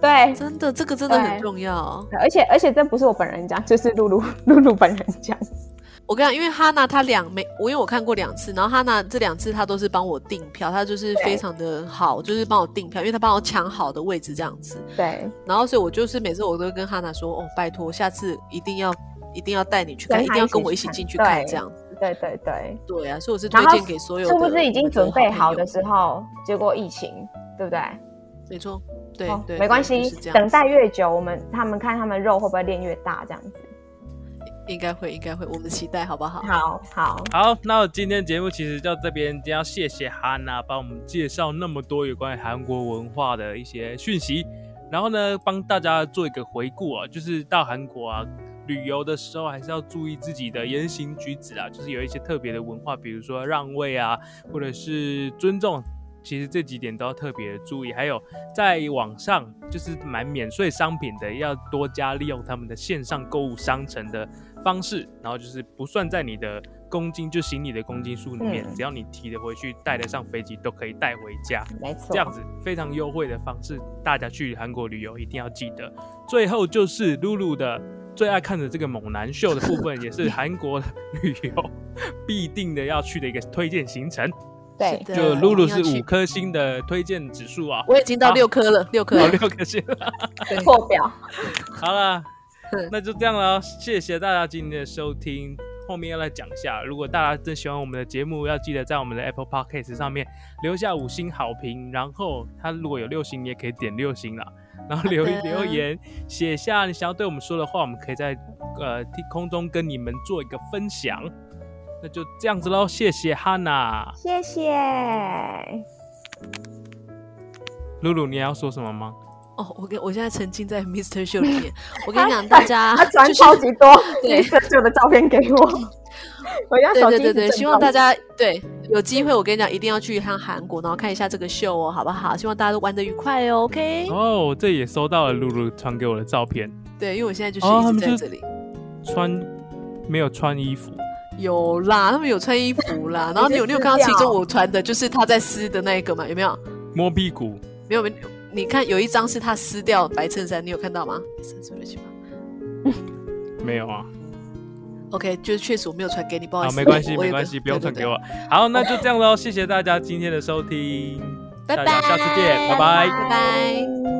[SPEAKER 3] 对。
[SPEAKER 2] 真的，这个真的很
[SPEAKER 3] 对
[SPEAKER 2] 重要。
[SPEAKER 3] 而且而且这不是我本人讲，就是露露露露本人讲。
[SPEAKER 2] 我跟你讲，因为哈娜她两每我因为我看过两次，然后哈娜这两次她都是帮我订票，她就是
[SPEAKER 3] 对
[SPEAKER 2] 非常的好，就是帮我订票，因为她帮我抢好的位置这样子。
[SPEAKER 3] 对，
[SPEAKER 2] 然后所以我就是每次我都跟哈娜说，哦，拜托，下次一定要一定要带你去看，
[SPEAKER 3] 跟
[SPEAKER 2] 一
[SPEAKER 3] 她
[SPEAKER 2] 定要
[SPEAKER 3] 一起
[SPEAKER 2] 跟我
[SPEAKER 3] 去
[SPEAKER 2] 一起
[SPEAKER 3] 看
[SPEAKER 2] 进去
[SPEAKER 3] 对
[SPEAKER 2] 看这样子。
[SPEAKER 3] 对对对，
[SPEAKER 2] 对啊，所以我是推
[SPEAKER 3] 然后
[SPEAKER 2] 荐给所有的
[SPEAKER 3] 是不是已
[SPEAKER 2] 我
[SPEAKER 3] 经
[SPEAKER 2] 们的
[SPEAKER 3] 准备
[SPEAKER 2] 朋
[SPEAKER 3] 好
[SPEAKER 2] 友
[SPEAKER 3] 的？时候，结果疫情，对不对？
[SPEAKER 2] 没错，对
[SPEAKER 3] 哦
[SPEAKER 2] 对，
[SPEAKER 3] 没关
[SPEAKER 2] 对
[SPEAKER 3] 系
[SPEAKER 2] 就是这，样
[SPEAKER 3] 等
[SPEAKER 2] 子
[SPEAKER 3] 待越久，我们他们看他们肉会不会练越大，这样子。
[SPEAKER 2] 应该会应该会，我们期待好不好？
[SPEAKER 3] 好好，
[SPEAKER 1] 好，那今天节目其实到这边，今天要谢谢哈娜帮我们介绍那么多有关于韩国文化的一些讯息，然后呢，帮大家做一个回顾啊，就是到韩国啊旅游的时候，还是要注意自己的言行举止啊，就是有一些特别的文化，比如说让位啊，或者是尊重。其实这几点都要特别注意，还有在网上就是买免税商品的，要多加利用他们的线上购物商城的方式，然后就是不算在你的公斤，就行李的公斤数里面，
[SPEAKER 3] 嗯
[SPEAKER 1] 只要你提得回去，带得上飞机都可以带回家。
[SPEAKER 3] 没错
[SPEAKER 1] 这。样子非常优惠的方式，大家去韩国旅游一定要记得。最后就是露露的最爱看的这个猛男秀的部分，也是韩国旅游必定的要去的一个推荐行程。
[SPEAKER 3] 对
[SPEAKER 2] 是，的
[SPEAKER 1] 就露露是
[SPEAKER 2] 一定要
[SPEAKER 1] 五
[SPEAKER 2] 去
[SPEAKER 1] 颗星的推荐指数啊，
[SPEAKER 2] 我已经到六颗了，六颗
[SPEAKER 1] 哦
[SPEAKER 2] 了。
[SPEAKER 1] 六颗星了。
[SPEAKER 2] 对
[SPEAKER 3] 破表，
[SPEAKER 1] 好 了
[SPEAKER 2] 嗯，
[SPEAKER 1] 那就这样了，谢谢大家今天的收听。后面要来讲一下，如果大家真喜欢我们的节目，要记得在我们的 Apple Podcast 上面留下五星好评，然后它如果有六星，你也可以点六星啦。然后留
[SPEAKER 2] 好的
[SPEAKER 1] 留言，写下你想要对我们说的话，我们可以在呃天空中跟你们做一个分享。那就这样子喽，谢谢哈娜，
[SPEAKER 3] 谢谢。
[SPEAKER 2] 啊
[SPEAKER 1] 露露，你还要说什么吗？
[SPEAKER 2] 哦，我跟我现在沉浸 在 Mr. Show 里面，我跟你讲，大家
[SPEAKER 3] 他传
[SPEAKER 2] 就是
[SPEAKER 3] 超级多
[SPEAKER 2] 对
[SPEAKER 3] 绿色旧的照片给 我，我要
[SPEAKER 2] 对
[SPEAKER 3] 手
[SPEAKER 2] 对
[SPEAKER 3] 机
[SPEAKER 2] 对对，
[SPEAKER 3] 一直震
[SPEAKER 2] 希望
[SPEAKER 3] 动
[SPEAKER 2] 大家对有机会，我跟你讲，一定要去一趟韩国，然后看一下这个秀哦，好不好？希望大家都玩的愉快哦，OK？
[SPEAKER 1] 哦，这也收到了露露传给我的照片，
[SPEAKER 2] 对，因为我现在就是
[SPEAKER 1] 哦
[SPEAKER 2] 一
[SPEAKER 1] 他
[SPEAKER 2] 直
[SPEAKER 1] 们
[SPEAKER 2] 在
[SPEAKER 1] 是
[SPEAKER 2] 这里。
[SPEAKER 1] 穿没有穿衣服。
[SPEAKER 2] 有啦，他们有穿衣服 啦，然后你有
[SPEAKER 3] 你
[SPEAKER 2] 你
[SPEAKER 3] 是
[SPEAKER 2] 有看到
[SPEAKER 3] 撕
[SPEAKER 2] 其
[SPEAKER 3] 掉
[SPEAKER 2] 中我穿的就是他在撕的那一个嘛？有没有？
[SPEAKER 1] 摸屁股，
[SPEAKER 2] 没有没有，你看有一张是他撕掉白衬衫，你有看到吗？三十六七八
[SPEAKER 1] 没有啊，
[SPEAKER 2] ，OK，就是确实我没有传给你，不好
[SPEAKER 1] 好
[SPEAKER 2] 意，思，
[SPEAKER 1] 没关系，
[SPEAKER 2] 哦我有
[SPEAKER 1] 没
[SPEAKER 2] 个
[SPEAKER 1] 关系，不用
[SPEAKER 2] 对
[SPEAKER 1] 传
[SPEAKER 2] 对
[SPEAKER 1] 给我。好，那就这样喽，谢谢大家今天的收听，
[SPEAKER 2] 拜
[SPEAKER 1] 大
[SPEAKER 2] 拜，
[SPEAKER 1] 家下次见拜拜
[SPEAKER 2] 拜拜。